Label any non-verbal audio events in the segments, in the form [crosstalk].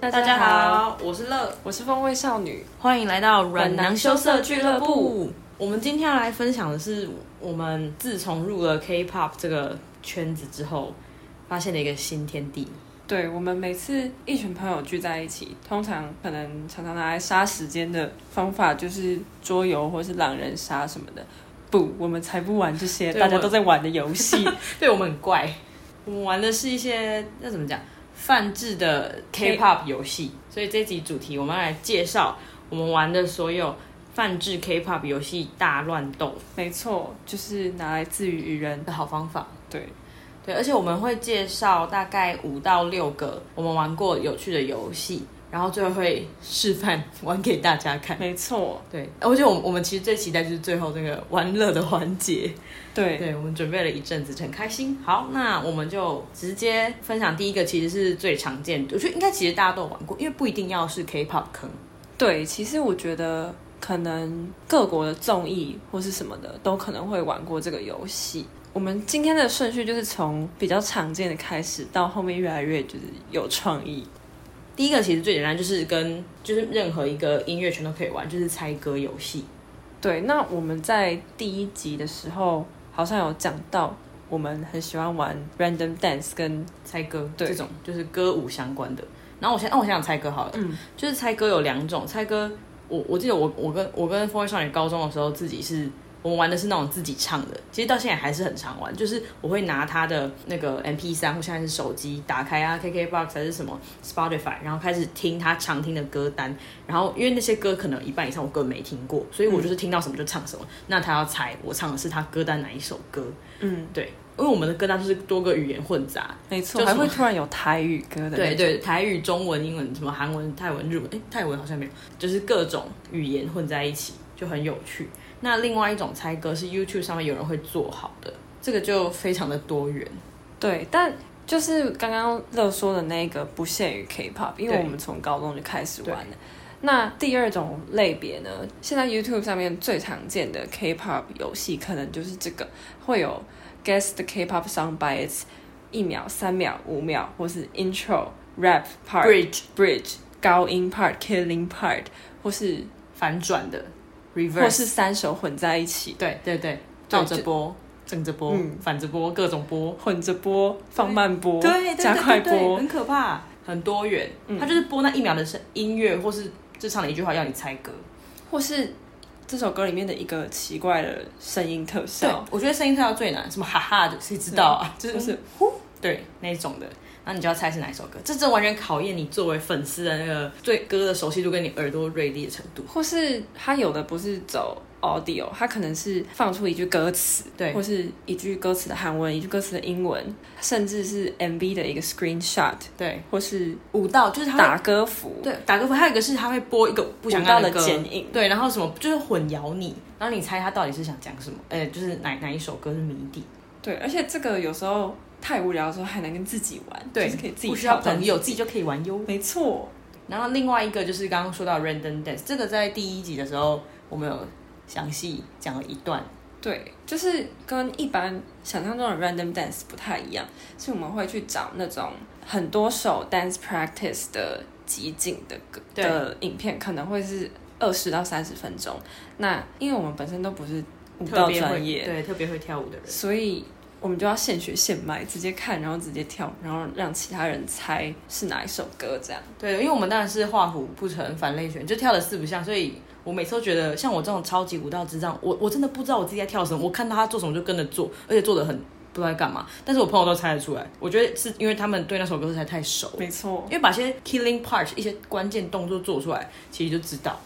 大大家家好，好，我是乐，我是风味少女。欢迎来到软囊囊羞羞涩涩俱俱乐乐部部。我们今天要来分享的是，我们自从入了 K-pop 这个圈子之后，发现了一个新天地。对我们每次一群朋友聚在一起，通常可能常常拿来杀时间的方法就是桌游或是狼人杀什么的。不，我们才不玩这些对大家我都在玩的游 [laughs] 戏。对我们很怪，我们玩的是一些那怎么讲，泛制的 K- K-pop 游戏。所以这集主题，我们要来介绍我们玩的所有泛制 K-pop 游戏大乱斗没错，就是拿来自娱于人。的好方法。对，对，而且我们会介绍大概五到六个我们玩过有趣的游戏，然后最后会示范玩给大家看。没错，对，而且我们我们其实最期待就是最后这个玩乐的环节。对，对，我们准备了一阵子，很开心。好，那我们就直接分享第一个，其实是最常见的，我觉得应该其实大家都有玩过，因为不一定要是 K-pop 坑。对，其实我觉得可能各国的综艺或是什么的，都可能会玩过这个游戏。我们今天的顺序就是从比较常见的开始，到后面越来越就是有创意。第一个其实最简单，就是跟就是任何一个音乐全都可以玩，就是猜歌游戏。对，那我们在第一集的时候好像有讲到，我们很喜欢玩 random dance 跟猜歌对这种，就是歌舞相关的。然后我先，那、我想想猜歌好了，嗯就是猜歌有两种，猜歌我我记得我我跟我跟风味少女高中的时候自己是。我们玩的是那种自己唱的，其实到现在还是很常玩。就是我会拿他的那个 M P 三，或现在是手机打开啊，KK Box 还是什么 Spotify，然后开始听他常听的歌单。然后因为那些歌可能有一半以上我根本没听过，所以嗯我就是听到什么就唱什么。那他要猜我唱的是他歌单哪一首歌？嗯，对，因为我们的歌单就是多个语言混杂，没错，就还什会么突然有台语歌的那种。对对，台语、中文、英文，什么韩文、泰文、日文，哎，泰文好像没有，就是各种语言混在一起，就很有趣。那另外一种猜歌是 YouTube 上面有人会做好的，这个就非常的多元。对，但就是刚刚乐说的那个不限于 K-pop，因为对我们从高中就开始玩了。那第二种类别呢，现在 YouTube 上面最常见的 K-pop 游戏，可能就是这个会有 Guess the K-pop song by its 一秒、三秒、五秒，或是 Intro、Rap part、 Bridge Bridge 高音 part、Killing part，或是反转的或 reverse，是三首混在一起，对对对，倒着播、正着播、嗯反着播，各种播，混着播、放慢播、对，加快播，很可怕，嗯很多元。它就是播那一秒的声音乐，或是就唱了一句话要你猜歌。或是这首歌里面的一个奇怪的声音特对效，，我觉得声音特效最难，什么哈哈的，谁知道啊？就对是就是对那一种的，然后你就要猜是哪一首歌，这这完全考验你作为粉丝的那个对歌的熟悉度跟你耳朵锐利的程度。或是它有的不是走 audio，它可能是放出一句歌词，对或是一句歌词的韩文，一句歌词的英文，甚至是 MV 的一个 screenshot，对，或是舞蹈就是他打会歌服，对打歌分，还有一个是他会播一个不想舞蹈看的歌。剪影，对，然后什么就是混淆你，然后你猜他到底是想讲什么，呃，就是哪哪一首歌是谜底，对，而且这个有时候太无聊的时候还能跟自己玩，对，就是可以自己不需要挑战朋，友，自己就可以玩哟。没错，然后另外一个就是刚刚说到 random dance，这个在第一集的时候我们有详细讲了一段，对，就是跟一般想象中的 random dance 不太一样，是我们会去找那种很多首 dance practice 的集锦的歌对的影片，可能会是二十到三十分钟。那因为我们本身都不是舞特蹈别会专业，对，特别会跳舞的人。所以我们就要现学现卖，直接看，然后直接跳，然后让其他人猜是哪一首歌这样。对，因为我们当然是画虎不成反类犬，就跳的四不像，所以我每次都觉得像我这种超级舞蹈智障，我我真的不知道我自己在跳什么，我看到他做什么就跟着做，而且做的很不知道在干嘛，但是我朋友都猜得出来，我觉得是因为他们对那首歌实在太熟，没错，因为把一些 killing part 一些关键动作做出来，其实就知道。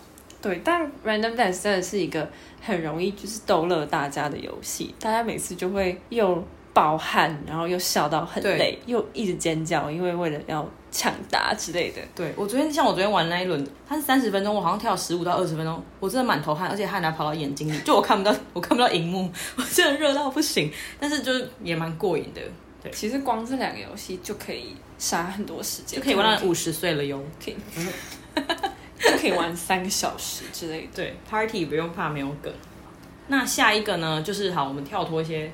对，但 random dance 真的是一个很容易就是逗乐大家的游戏，大家每次就会又暴汗，然后又笑到很对累，又一直尖叫，因为为了要抢答之类的。对我昨天像我昨天玩那一轮，它是三十分钟，我好像跳十五到二十分钟，我真的满头汗，而且汗还跑到眼睛里，就我看不到我看不到荧幕， [laughs] 我真的热到不行，但是就是也蛮过瘾的，对其实光这两个游戏就可以杀很多时间，就可以玩到五十岁了哟。可能就可以玩三个小时之类的。[laughs] 对，party 不用怕没有梗。那下一个呢，就是好，我们跳脱一些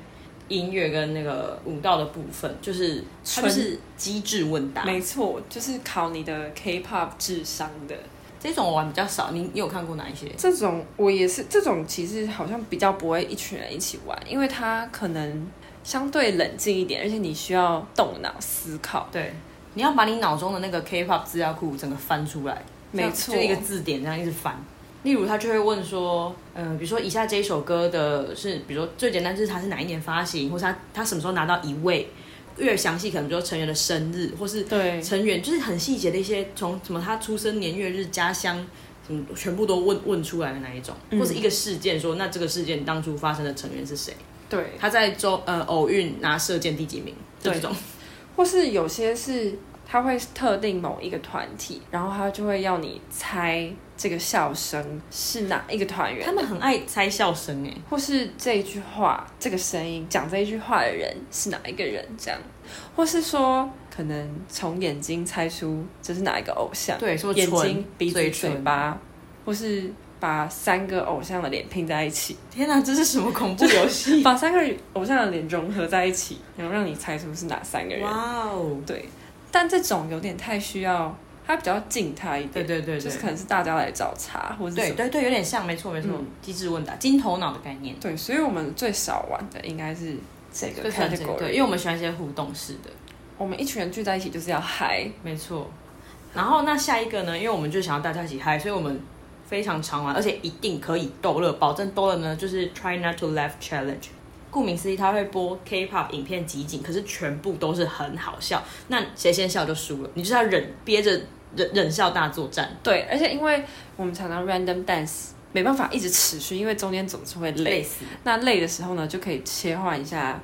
音乐跟那个舞蹈的部分，就是它就纯是机智问答。没错，就是考你的 K-pop 智商的这种我玩比较少，你你有看过哪一些？这种，我也是这种，其实好像比较不会一群人一起玩，因为它可能相对冷静一点，而且你需要动脑思考。对，你要把你脑中的那个 K-pop 资料库整个翻出来，没错就一个字典这样一直翻。例如，他就会问说，嗯、比如说以下这一首歌的是，比如说最简单就是它是哪一年发行，或是它它什么时候拿到一位，越详细可能比如说成员的生日，或是对成员就是很细节的一些，从什么他出生年月日、家乡，什么全部都问问出来的那一种，嗯或是一个事件说，那这个事件当初发生的成员是谁，对，他在周呃偶运拿射箭第几名，就这对种。或是有些是他会特定某一个团体，然后他就会要你猜这个笑声是哪一个团员他，们很爱猜笑声哎，或是这一句话这个声音讲这一句话的人是哪一个人这样，或是说可能从眼睛猜出这是哪一个偶像，对，什么眼唇睛、鼻子、嘴嘴唇巴，或是把三个偶像的脸拼在一起，天哪、这是什么恐怖游戏？把三个偶像的脸融合在一起，然后让你猜出是哪三个人。 [laughs] 哇哦！对，但这种有点太需要，它比较静态一对点，对对就是对可能是大家来找茬或者对对对，有点像，没错没错嗯，机智问答、金头脑的概念，对，所以我们最少玩的应该是这就个可能这个 category，对，因为我们喜欢一些互动式的，我们一群人聚在一起就是要嗨，没错。然后那下一个呢？因为我们就想要大家一起嗨，所以我们非常常玩，而且一定可以逗乐，保证逗乐呢就是 Try Not to Laugh Challenge。顾名思义，它会播 K-pop 影片集锦，可是全部都是很好笑。那谁先笑就输了，你就是要忍憋着忍忍笑大作战。对，而且因为我们常常 random dance。没办法一直持续，因为中间总是会累。死。那累的时候呢，就可以切换一下，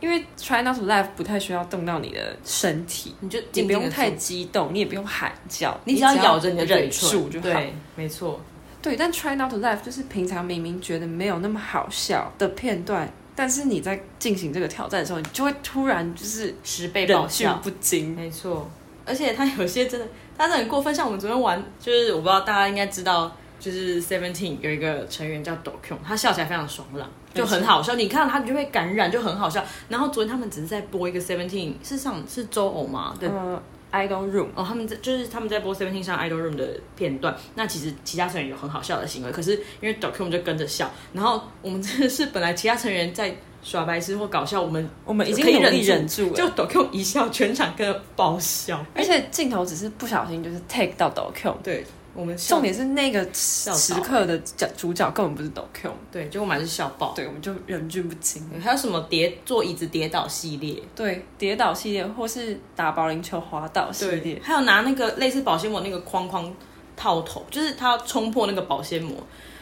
因为 try not to laugh 不太需要动到你的身体，你就你静静不地用太做，激动，你也不用喊叫，你只只要咬着你的忍忍住就好。对，没错，对，但 try not to laugh 就是平常明明觉得没有那么好笑的片段，但是你在进行这个挑战的时候，你就会突然就是十倍爆忍俊笑，不禁。没错。而且它有些真的，它真的很过分。像我们昨天玩，就是我不知道大家应该知道，就是 Seventeen 有一个成员叫 d o k y o n 他笑起来非常爽朗，就很好笑。你看到他，你就会感染，就很好笑。然后昨天他们只是在播一个 Seventeen，是上是周偶吗？对。呃，idol room，哦，他们在就是他们在播 Seventeen 上 Idol Room 的片段，那其实其他成员有很好笑的行为，可是因为 d o c u m 就跟着笑，然后我们真的是本来其他成员在耍白痴或搞笑，我们我们已经可以努忍力住忍住就了。 d o c u m 一笑，全场跟着爆笑。而且镜头只是不小心就是 take 到 d o k y o 对，我们笑重点是那个到时刻的角主角根本不是 d o k y o 对，就我们还是笑爆。对，我们就忍俊不禁。对还有什么跌坐椅子跌倒系列？对，跌倒系列或是打保龄球滑倒哦系列，还有拿那个类似保鲜膜那个框框套头，就是他要冲破那个保鲜膜。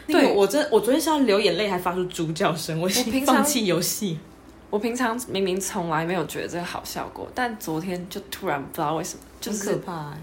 那个对我真我昨天是要流眼泪，还发出猪叫声，我已我经平常放弃游戏。我平常明明从来没有觉得这个好笑过，但昨天就突然不知道为什么，就很是可怕欸、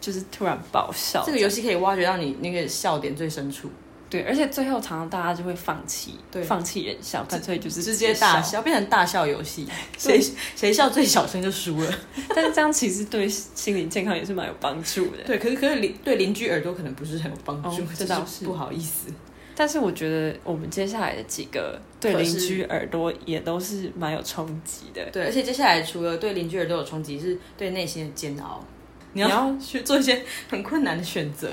就是突然爆笑。这个游戏可以挖掘到你那个笑点最深处，对，而且最后常常大家就会放弃，对放弃忍笑，干脆就是直接大笑。笑，变成大笑游 [laughs] 戏，谁谁笑最小声就输了。但是这样其实对心理健康也是蛮有帮助的。对，可是可是邻对邻居耳朵可能不是很有帮 [laughs] 哦助，这真倒的是不好意思。但是我觉得我们接下来的几个对可邻是居耳朵也都是蛮有冲击的。对，而且接下来除了对邻居耳朵有冲击，是对内心的煎熬。你你要要去做一些很困难的选择。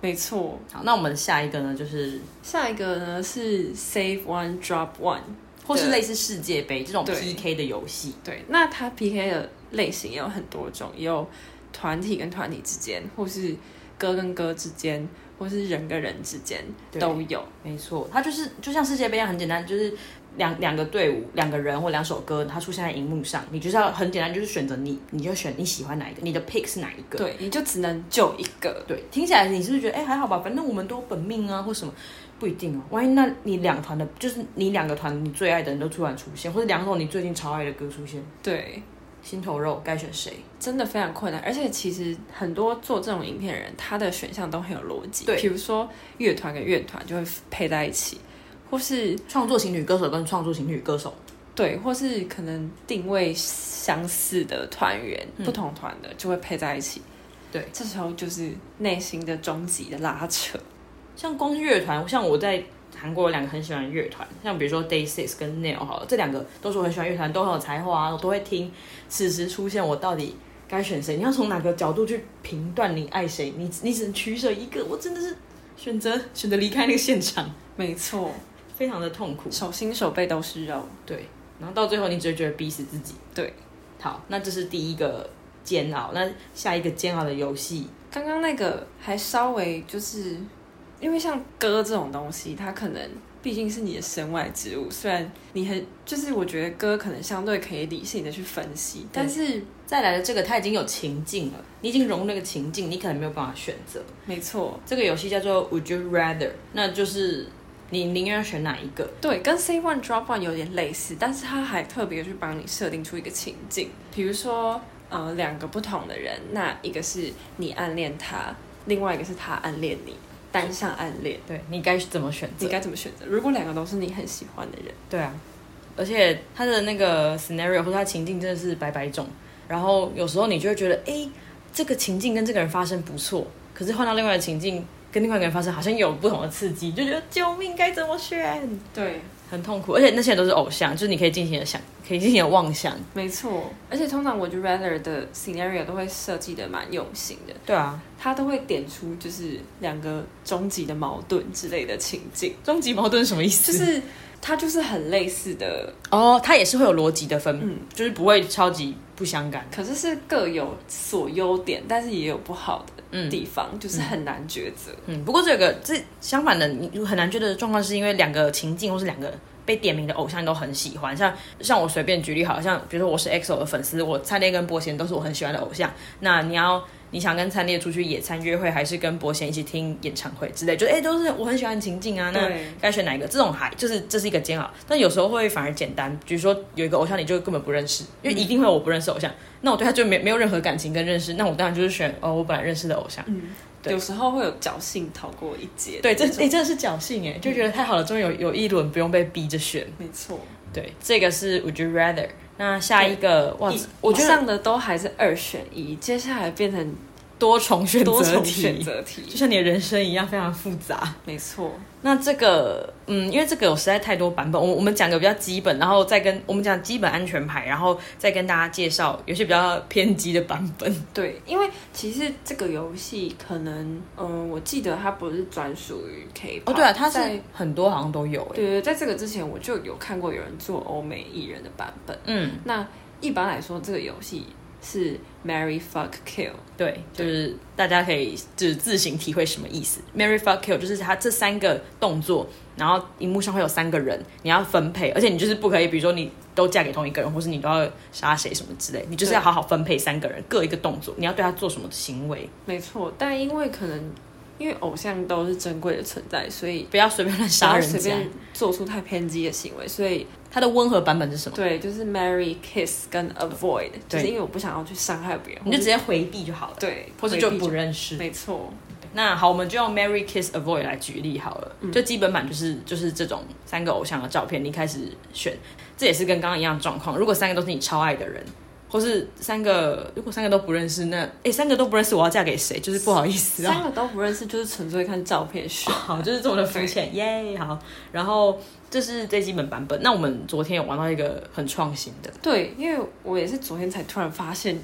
没错，好，那我们下一个呢，就是下一个呢是 save one drop one。或是对类似世界杯这种对 PK 的游戏，对，那它 PK 的类型也有很多种，也有团体跟团体之间，或是歌跟歌之间，或是人跟人之间对都有。没错，它就是就像世界杯一样，很简单，就是两两个队伍、两个人或两首歌，它出现在荧幕上，你就是要很简单，就是选择你，你就选你喜欢哪一个，你的 pick 是哪一个。对，你就只能救一个。对，听起来你是不是觉得哎、还好吧，反正我们都有本命啊或什么，不一定哦。万一那你两团的，就是你两个团你最爱的人都突然出现，或者两首你最近超爱的歌出现，对，心头肉该选谁？真的非常困难。而且其实很多做这种影片的人，他的选项都很有逻辑。对比如说乐团跟乐团就会配在一起，或是创作型女歌手跟创作型女歌手，对，或是可能定位相似的团员，嗯不同团的就会配在一起。对，这时候就是内心的终极的拉扯。像光是乐团，像我在韩国有两个很喜欢的乐团，像比如说 Day Six 跟 Nail 好了，这两个都是我很喜欢乐团，都很有才华、我都会听。此时出现，我到底该选谁？你要从哪个角度去评断你爱谁？你你只能取舍一个。我真的是选择选择离开那个现场，没错，非常的痛苦。手心手背都是肉。对，然后到最后你只会觉得逼死自己。对，好，那这是第一个煎熬。那下一个煎熬的游戏，刚刚那个还稍微就是，因为像歌这种东西，它可能毕竟是你的身外之物，虽然你很就是我觉得歌可能相对可以理性的去分析，但是再来的这个它已经有情境了，你已经融入那个情境，你可能没有办法选择。没错，这个游戏叫做 Would you rather，那就是你宁愿选哪一个？对，跟 C one drop one 有点类似，但是它还特别去帮你设定出一个情境，比如说呃两个不同的人，那一个是你暗恋他，另外一个是他暗恋你，单向暗恋，对你该怎么选你择？该怎么选择？如果两个都是你很喜欢的人，对啊，而且它的那个 scenario 或者它情境真的是百百种，然后有时候你就会觉得，哎，这个情境跟这个人发生不错，可是换到另外的情境跟另外一个人发生，好像有不同的刺激，就觉得救命，该怎么选？对，很痛苦，而且那些人都是偶像，就是你可以尽情的想，可以尽情的妄想。没错，而且通常我觉得 rather 的 scenario 都会设计的蛮用心的，对啊，它都会点出就是两个终极的矛盾之类的情境，终极矛盾是什么意就思？是它就是很类似的，哦，它也是会有逻辑的分，嗯就是不会超级不相干。可是是各有所优点，但是也有不好的嗯地方，就是很难抉择。嗯，不过这个这相反的，你很难觉得的状况是因为两个情境或是两个被点名的偶像你都很喜欢，像像我随便举例好，像比如说我是 EXO 的粉丝，我灿烈跟伯贤都是我很喜欢的偶像。那你要你想跟灿烈出去野餐约会，还是跟伯贤一起听演唱会之类，就哎、都是我很喜欢的情境啊。那对该选哪一个？这种还就是这是一个煎熬，但有时候会反而简单。比如说有一个偶像，你就根本不认识，因为一定会有我不认识的偶像，那我对他就没没有任何感情跟认识，那我当然就是选哦我本来认识的偶像。嗯，对有时候会有侥幸逃过一劫。对，这种哎、真的是侥幸哎，就觉得太好了，终于有有一轮不用被逼着选。没错，对，这个是 Would you rather。那下一个哇以，我觉以得上的都还是二选一，接下来变成多重选多择重题，选择就题。像你的人生一样非常复杂。没错，那这个，嗯，因为这个有实在太多版本，我我们讲个比较基本，然后再跟我们讲基本安全牌，然后再跟大家介绍有些比较偏激的版本。对，因为其实这个游戏可能，嗯，我记得它不是专属于 K。哦，对啊，它是在很多好像都有哎。对对，在这个之前我就有看过有人做欧美艺人的版本。嗯，那一般来说，这个游戏是 Marry Fuck Kill。对，就是大家可以就是自行体会什么意思。Mary fuck kill 就是它这三个动作，然后荧幕上会有三个人，你要分配，而且你就是不可以，比如说你都嫁给同一个人，或是你都要杀谁什么之类，你就是要对好好分配三个人各一个动作，你要对他做什么行为，没错，但因为可能因为偶像都是珍贵的存在，所以不要随便乱不杀要人随家便。做出太偏激的行为。所以它的温和版本是什么？对，就是 Marry Kiss 跟 Avoid，就是对因为我不想要去伤害别人，你就直接接回避就好了，对，或者回就避不认识。没错，那好，我们就用 Mary Kiss Avoid 来举例好了。嗯就基本版就是就是这种三个偶像的照片，你开始选，这也是跟刚刚一样的状况。如果三个都是你超爱的人，或是三个如果三个都不认识，那诶，三个都不认识，我要嫁给谁？就是不好意思啊三。个都不认识，就是纯粹看照片选。好，就是这么的肤浅，耶！好，然后这是最基本版本。那我们昨天有玩到一个很创新的，对，因为我也是昨天才突然发现，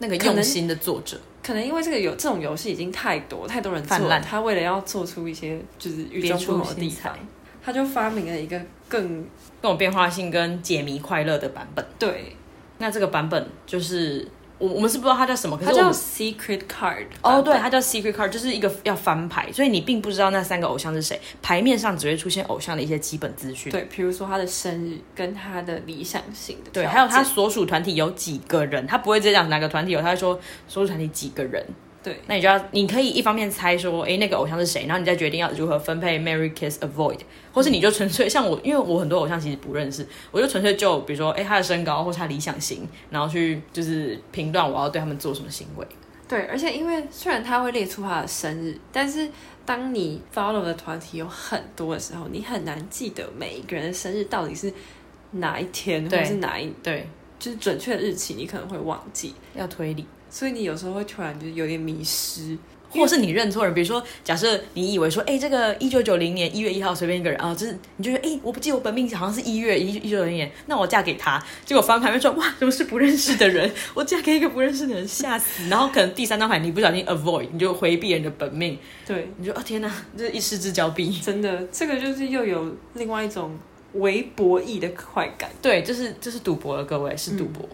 那个可能用心的作者，可能因为这个有这种游戏已经太多太多人做泛了，滥他为了要做出一些就是与众不同的地方，他就发明了一个更各种变化性跟解谜快乐的版本。对，那这个版本就是我我们是不知道它叫什哦么，可是它我们叫 Secret Card 哦，版本对，，它叫 Secret Card，就是一个要翻牌，所以你并不知道那三个偶像是谁，牌面上只会出现偶像的一些基本资讯。对，比如说他的生日跟他的理想型的条件，对，还有他所属团体有几个人，他不会直接讲哪个团体有，他会说所属团体几个人。对那你就要，你可以一方面猜说，诶，那个偶像是谁，然后你再决定要如何分配 Mary Kiss Avoid，或是你就纯粹像我，因为我很多偶像其实不认识，我就纯粹就比如说，诶，他的身高或是他理想型，然后去就是评断我要对他们做什么行为。对，而且因为虽然他会列出他的生日，但是当你 follow 的团体有很多的时候，你很难记得每一个人的生日到底是哪一天，或对者是哪一对，就是准确的日期，你可能会忘记。要推理。所以你有时候会突然就是有点迷失，或是你认错人，比如说，假设你以为说，哎、这个一九九零年一月一号随便一个人啊，就是你就觉得，哎、我不记得我本命好像是一月一一九零年，那我嫁给他，结果翻牌面说，哇，怎么是不认识的人？我嫁给一个不认识的人，吓死！然后可能第三张牌你不小心 avoid，你就回避人的本命，对，你就哦天哪，这一失之交臂。真的，这个就是又有另外一种微博弈的快感。对，就是就是赌博了，各位是嗯赌博。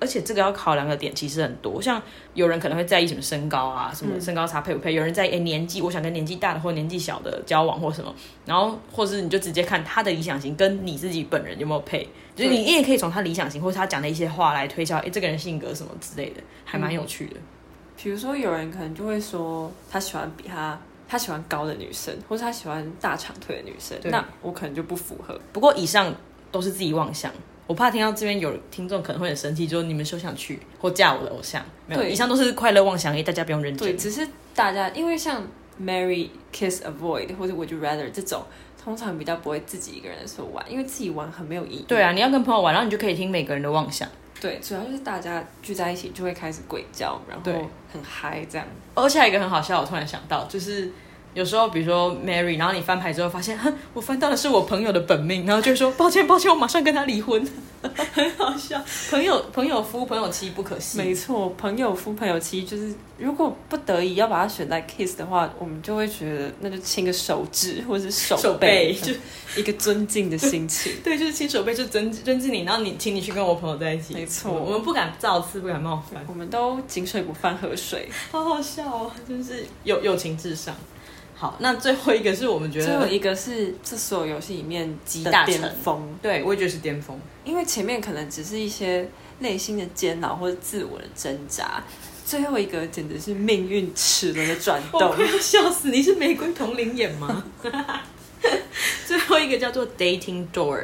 而且这个要考量的点其实很多，像有人可能会在意什么身高啊，什嗯么身高差配不配；有人在意、诶年纪，我想跟年纪大的或年纪小的交往或什么，然后或是你就直接看他的理想型跟你自己本人有没有配，就是你也可以从他理想型或者他讲的一些话来推敲，哎、这个人性格什么之类的，还蛮嗯有趣的。比如说，有人可能就会说他喜欢比他他喜欢高的女生，或者他喜欢大长腿的女生，对那我可能就不符合。不过以上都是自己妄想。我怕听到这边有听众可能会很生气，就是你们休想去或嫁我的偶像，没有，对以上都是快乐妄想，哎，大家不用认真对，。只是大家因为像 marry kiss avoid 或者 would you rather 这种，通常比较不会自己一个人的时候玩，因为自己玩很没有意义。对啊，你要跟朋友玩，然后你就可以听每个人的妄想，对，主要就是大家聚在一起就会开始鬼叫，然对后很嗨这样。而且还有哦一个很好笑，我突然想到，就是有时候比如说 Mary，然后你翻牌之后发现，哼，我翻到的是我朋友的本命，然后就会说抱歉抱歉，我马上跟他离婚， [laughs] 很好笑。朋友朋友夫朋友妻不可惜，没错，朋友夫朋友妻就是，如果不得已要把它选在 kiss 的话，我们就会觉得那就亲个手指或者是手手背，背就。一个尊敬的心情 [laughs] 对，就是亲手背就尊尊敬你，然后你请你去跟我朋友在一起，没错我们不敢造次，不敢冒犯，我们都井水不犯河水。好好笑哦，真是友友情至上。好，那最后一个是我们觉最后得，一个是这所有游戏里面集的大成巅峰，对我也觉得是巅峰。因为前面可能只是一些内心的煎熬或者自我的挣扎，最后一个简直是命运齿轮的转我动快。要笑死！你是玫瑰同龄眼吗？ [laughs] 最后一个叫做 dating door，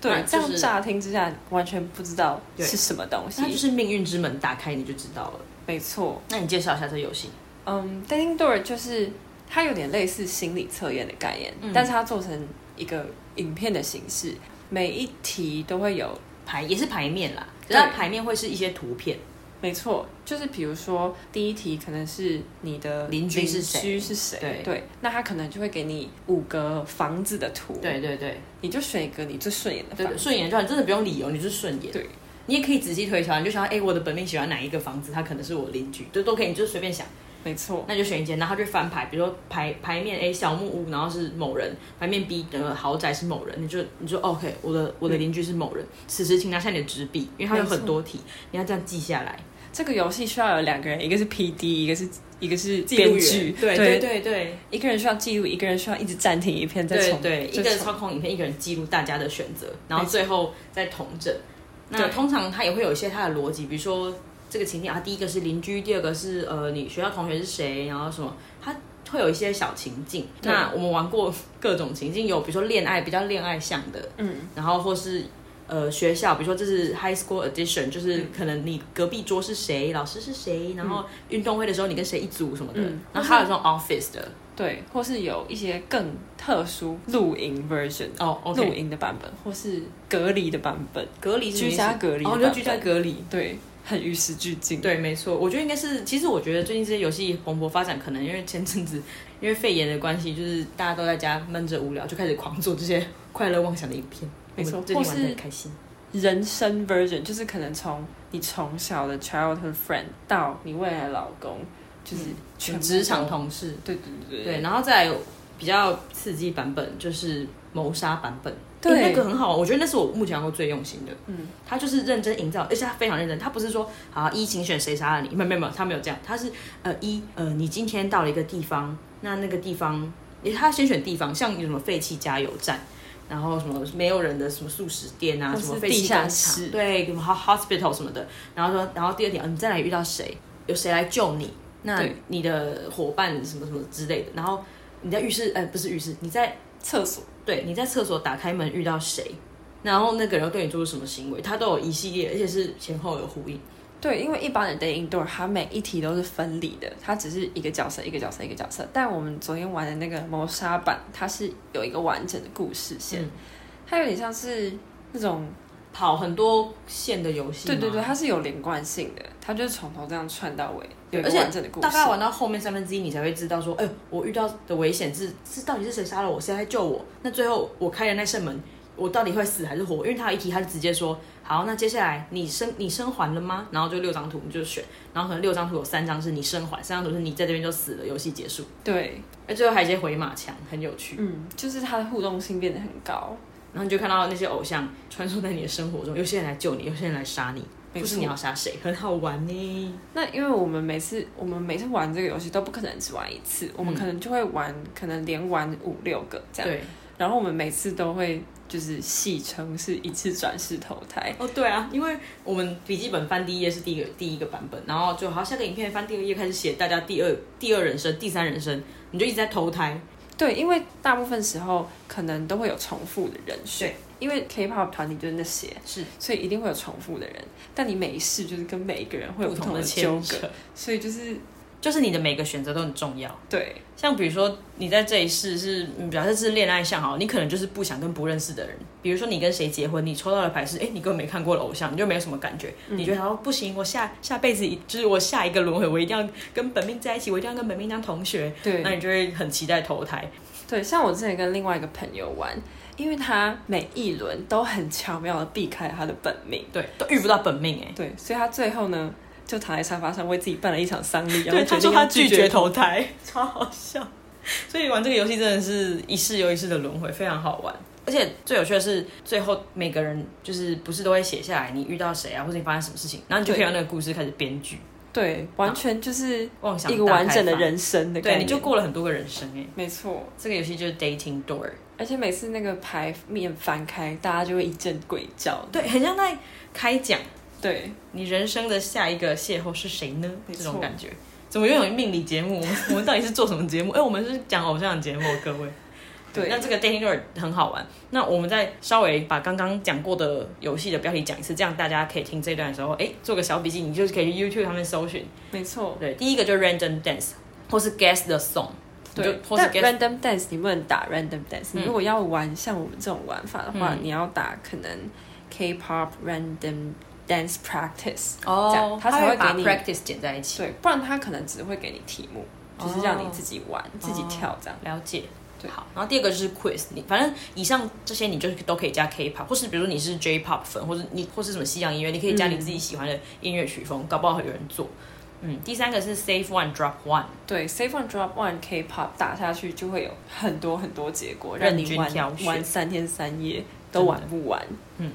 对，这就样是乍听之下完全不知道对是什么东它就西。是命运之门，打开你就知道了。没错，那你介绍一下这游戏？嗯，dating door 就是它有点类似心理测验的概念，嗯但是它做成一个影片的形式，每一题都会有，牌也是牌面啦，对只是它牌面会是一些图片，没错，就是比如说第一题可能是你的邻居是谁邻居是谁对那它可能就会给你五个房子的图，，对对对你就选一个你最顺眼的对房对，子，顺眼就好，你真的不用理由，你就是顺眼。对，你也可以仔细推敲，你就想，哎、我的本命喜欢哪一个房子，它可能是我邻居，就都可以，你就随便想，没错，那就选一间，然后它就翻牌，比如说牌牌面 A 小木屋，然后是某人，牌面 B 呃豪宅是某人，你就你就 OK，我的我的邻居是某人。此时请拿下你的纸笔，因为它有很多题，你要这样记下来。这个游戏需要有两个人，一个是 P D，一个是一个是记录编剧，对对对对一个人需要记录，一个人需要一直暂停一片再对重，对，一再个人重操控影片，一个人记录大家的选择，然后没错最后再统整。那对通常它也会有一些它的逻辑，比如说这个情景啊，第一个是邻居，第二个是呃你学校同学是谁，然后什么，它会有一些小情境。对那我们玩过各种情境，有比如说恋爱比较恋爱向的，嗯，然后或是。呃，学校，比如说这是 high school edition，就是嗯可能你隔壁桌是谁，老师是谁，然后运动会的时候你跟谁一组什么的，嗯然后还有这种 office 的对，或是有一些更特殊露营 version，哦，OK，露营的版本，或是隔离的版本，隔离是什么居意思家隔离的哦，版就本，居家隔离。对，很与时俱进。对，没错，我觉得应该是，其实我觉得最近这些游戏蓬勃发展，可能因为前阵子因为肺炎的关系，就是大家都在家闷着无聊，就开始狂做这些快乐妄想的影片。没错我们最近或玩是的很开心。人生 version 就是可能从你从小的 childhood friend 到你未来的老公，就是全部都嗯职场。同事，对对对对，然后再来比较刺激版本就是谋杀版本，对诶那个很好玩，我觉得那是我目前玩过最用心的。嗯，他就是认真营造，而且他非常认真，他不是说啊一请选谁杀了你，没有没有没有，他没有这样，他是呃一呃你今天到了一个地方，那那个地方，诶他先选地方，像有什么废弃加油站。然后什么没有人的什么素食店啊，或什么是废弃地下工室厂，对，什么 hospital 什么的。然后说，然后第二点，啊你在哪里遇到谁，有谁来救你，那对你的伙伴什么什么之类的。然后你在浴室，呃，不是浴室，你在厕所对你在厕所打开门遇到谁，然后那个人又对你做出什么行为，他都有一系列，而且是前后有呼应。对，因为一般的 dating door 它每一题都是分离的，它只是一个角色一个角色一个角色。但我们昨天玩的那个谋杀版，它是有一个完整的故事线，嗯它有点像是那种跑很多线的游戏吗，对对对，它是有连贯性的，它他就是从头这样串到尾，有一而个且完整的故事。大概玩到后面三分之一，你才会知道说，哎、我遇到的危险是是到底是谁杀了我，谁来救我？那最后我开了那扇门，我到底会死还是活？因为他有一题，他就直接说，好，那接下来你生你生还了吗？然后就六张图你就选，然后可能六张图有三张是你生还，三张图是你在这边就死了，游戏结束。对，哎，最后还有一些回马枪，很有趣。嗯，就是他的互动性变得很高。然后你就看到那些偶像穿梭在你的生活中，有些人来救你，有些人来杀你，没不是错你要杀谁， [laughs] 很好玩呢。那因为我们每次我们每次玩这个游戏都不可能只玩一次，嗯我们可能就会玩，可能连玩五六个这样。对，然后我们每次都会就是戏称是一次转世投胎，哦，对啊，因为我们笔记本翻第一页是第一个第一个版本，然后就好下个影片翻第二页开始写大家第二第二人生、第三人生，你就一直在投胎。对，因为大部分时候可能都会有重复的人选对，因为 K-pop 团体就是那些，是所以一定会有重复的人。但你每一世就是跟每一个人会有不不同同的纠牵葛，扯，所以就是就是你的每个选择都很重要。对像比如说，你在这一世是，嗯假设是恋爱相好，你可能就是不想跟不认识的人。比如说，你跟谁结婚，你抽到的牌是，哎、你根本没看过的偶像，你就没有什么感觉。你觉得哦，不行，我下下辈子一就是我下一个轮回，我一定要跟本命在一起，我一定要跟本命当同学。对那你就会很期待投胎。对，像我之前跟另外一个朋友玩，因为他每一轮都很巧妙的避开他的本命，对，都遇不到本命哎、对，所以他最后呢就躺在沙发上为自己办了一场丧礼，然后决对，他定说他要拒绝绝投胎， [laughs] 超好笑。所以玩这个游戏真的是一世又一世的轮回，非常好玩。而且最有趣的是，最后每个人就是不是都会写下来你遇到谁啊，或者你发生什么事情，然后你就可以对让那个故事开始编剧，对，完全就是妄想一个完整的大开人生的发，概对，念，你就过了很多个人生哎、没错。这个游戏就是 dating door，而且每次那个牌面翻开，大家就会一阵鬼叫。对，很像在开讲对，你人生的下一个邂逅是谁呢？没这错种感觉，怎么又有命理节目？我们我们到底是做什么节目？哎、我们是讲偶像的节目，各位。对那这个 dating door 很好玩。那我们再稍微把刚刚讲过的游戏的标题讲一次，这样大家可以听这段的时候，哎，做个小笔记，你就是可以去 YouTube 上面搜寻。没错。对，第一个就是 random dance，或是 guess the song，你就对，或是但 guess random dance 你不能打 random dance，、你如果要玩像我们这种玩法的话，嗯你要打可能 K-pop random dance practice，、这哦样，它才会会把给你 practice 剪在一起。对，不然他可能只会给你题目，就是让你自己玩、自己跳这样。了解。对好，然后第二个就是 quiz，你反正以上这些你就是都可以加 K-pop，或是比如说你是 J-pop 粉，或者你或是什么西洋音乐，你可以加你自己喜欢的音乐曲风，搞不好有人做。嗯，第三个是 save one drop one，对，Save One Drop One K-pop 打下去就会有很多很多结果，任让你君挑玩选玩三天三夜都玩不完。嗯，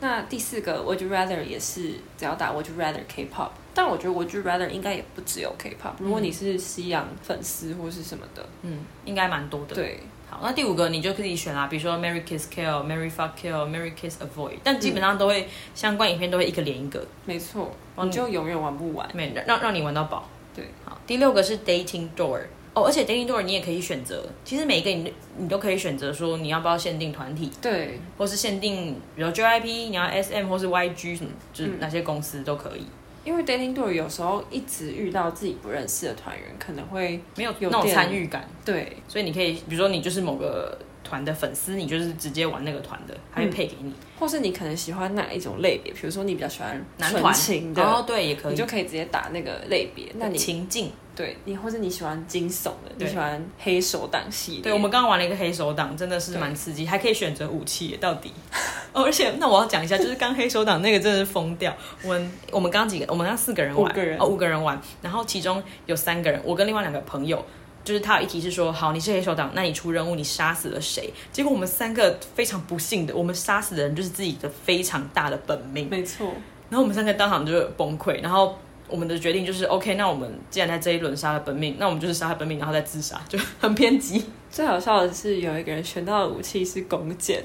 那第四个 Would You Rather 也是只要打 Would You Rather K-pop，但我觉得 Would You Rather 应该也不只有 K-pop，如果你是西洋粉丝或是什么的，嗯，应该蛮多的。，对好，那第五个你就可以选啦，比如说 Mary kiss kill、Mary fuck kill、Mary kiss avoid，但基本上都会、相关影片都会一个连一个，没错，嗯你就永远玩不完。没让让你玩到饱。对，好，第六个是 dating door。哦，而且 dating door 你也可以选择，其实每一个你你都可以选择说你要不要限定团体，对，或是限定，比如 JIP，你要 SM 或是 YG 什么，就是嗯哪些公司都可以，因为 dating door 有时候一直遇到自己不认识的团员，可能会没有有那种点参与感，对所以你可以，比如说你就是某个团的粉丝，你就是直接玩那个团的，嗯还会配给你、或是你可能喜欢哪一种类别，比如说你比较喜欢男纯团哦情然后的，对也可以，你就可以直接打那个类别。那你情境，对你或者你喜欢惊悚的，你对喜欢黑手党系列，对我们刚刚玩了一个黑手党，真的是对蛮刺激，还可以选择武器耶，到 [laughs] 底。哦，而且那我要讲一下，就是刚黑手党那个真的是疯掉。我们我们刚几个，我们刚四个人玩，五个人哦，五个人玩，然后其中有三个人，我跟另外两个朋友。就是他有一题是说，好，你是黑手党，那你出任务，你杀死了谁？结果我们三个非常不幸的，我们杀死的人就是自己的非常大的本命。没错，然后我们三个当场就崩溃，然后我们的决定就是，OK，那我们既然在这一轮杀了本命，那我们就是杀了本命，然后再自杀，就很偏激。最好笑的是有一个人选到的武器是弓 [laughs] 箭，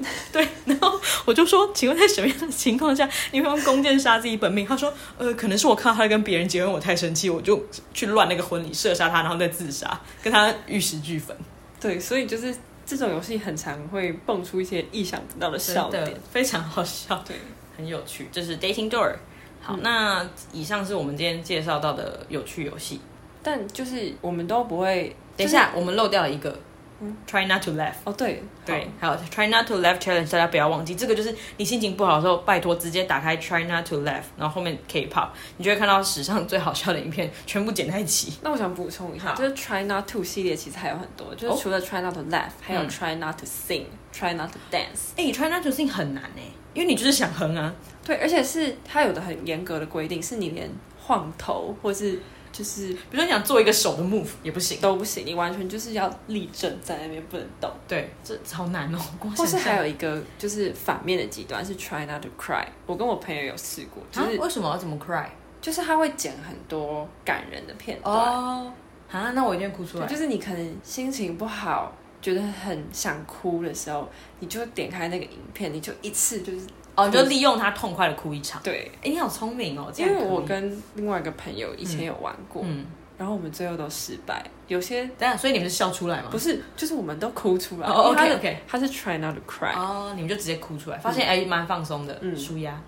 我就说，请问在什么样的情况下你会用弓箭杀自己本命？他说，呃，可能是我看到他跟别人结婚，我太生气，我就去乱那个婚礼，射杀他，然后再自杀，跟他玉石俱焚，对，所以就是这种游戏很常会蹦出一些意想不到的笑笑点点，非常好笑，对，很有趣。嗯这是 dating door。好，那以上是我们今天介绍到的有趣游戏。但就是我们都不会，等一下，我们漏掉了一个，就是嗯 Try not to laugh。哦，对对，，还有 Try not to laugh challenge，大家不要忘记，这个就是你心情不好的时候，拜托直接打开 Try not to laugh，然后后面 K-pop，你就会看到史上最好笑的影片，全部剪在一起。那我想补充一下，好就是 Try Not To 系列其实还有很多，就哦是除了 Try Not to Laugh，还有嗯 Try Not to Sing、Try Not to Dance。 [laughs] 哎、t r y not to sing 很难哎、因为你就是想哼啊。对，而且是它有的很严格的规定，是你连晃头或是就是比如说你想做一个手的 move 也不行。都不行，你完全就是要立正在那边不能动。对，这好难 [laughs] 哦。光或想是还象有一个就是反面的极端是 Try Not to Cry，我跟我朋友有试过，就啊是、为什么要这么 cry？就是他会剪很多感人的片段。哦，啊，那我一定哭出对，来。就是你可能心情不好，觉得很想哭的时候，你就点开那个影片，你就一次就是哦，你就利用他痛快的哭一场。对。哎、你好聪明哦，这因样为我可以跟另外一个朋友以前有玩过，嗯，然后我们最后都失败，有些等一下，所以你们是笑出来吗？不是，就是我们都哭出来。嗯哦因为他的 OK，OK 他是 try not to cry，、哦，你们就直接哭出来，发现哎蛮、放松的，嗯舒压。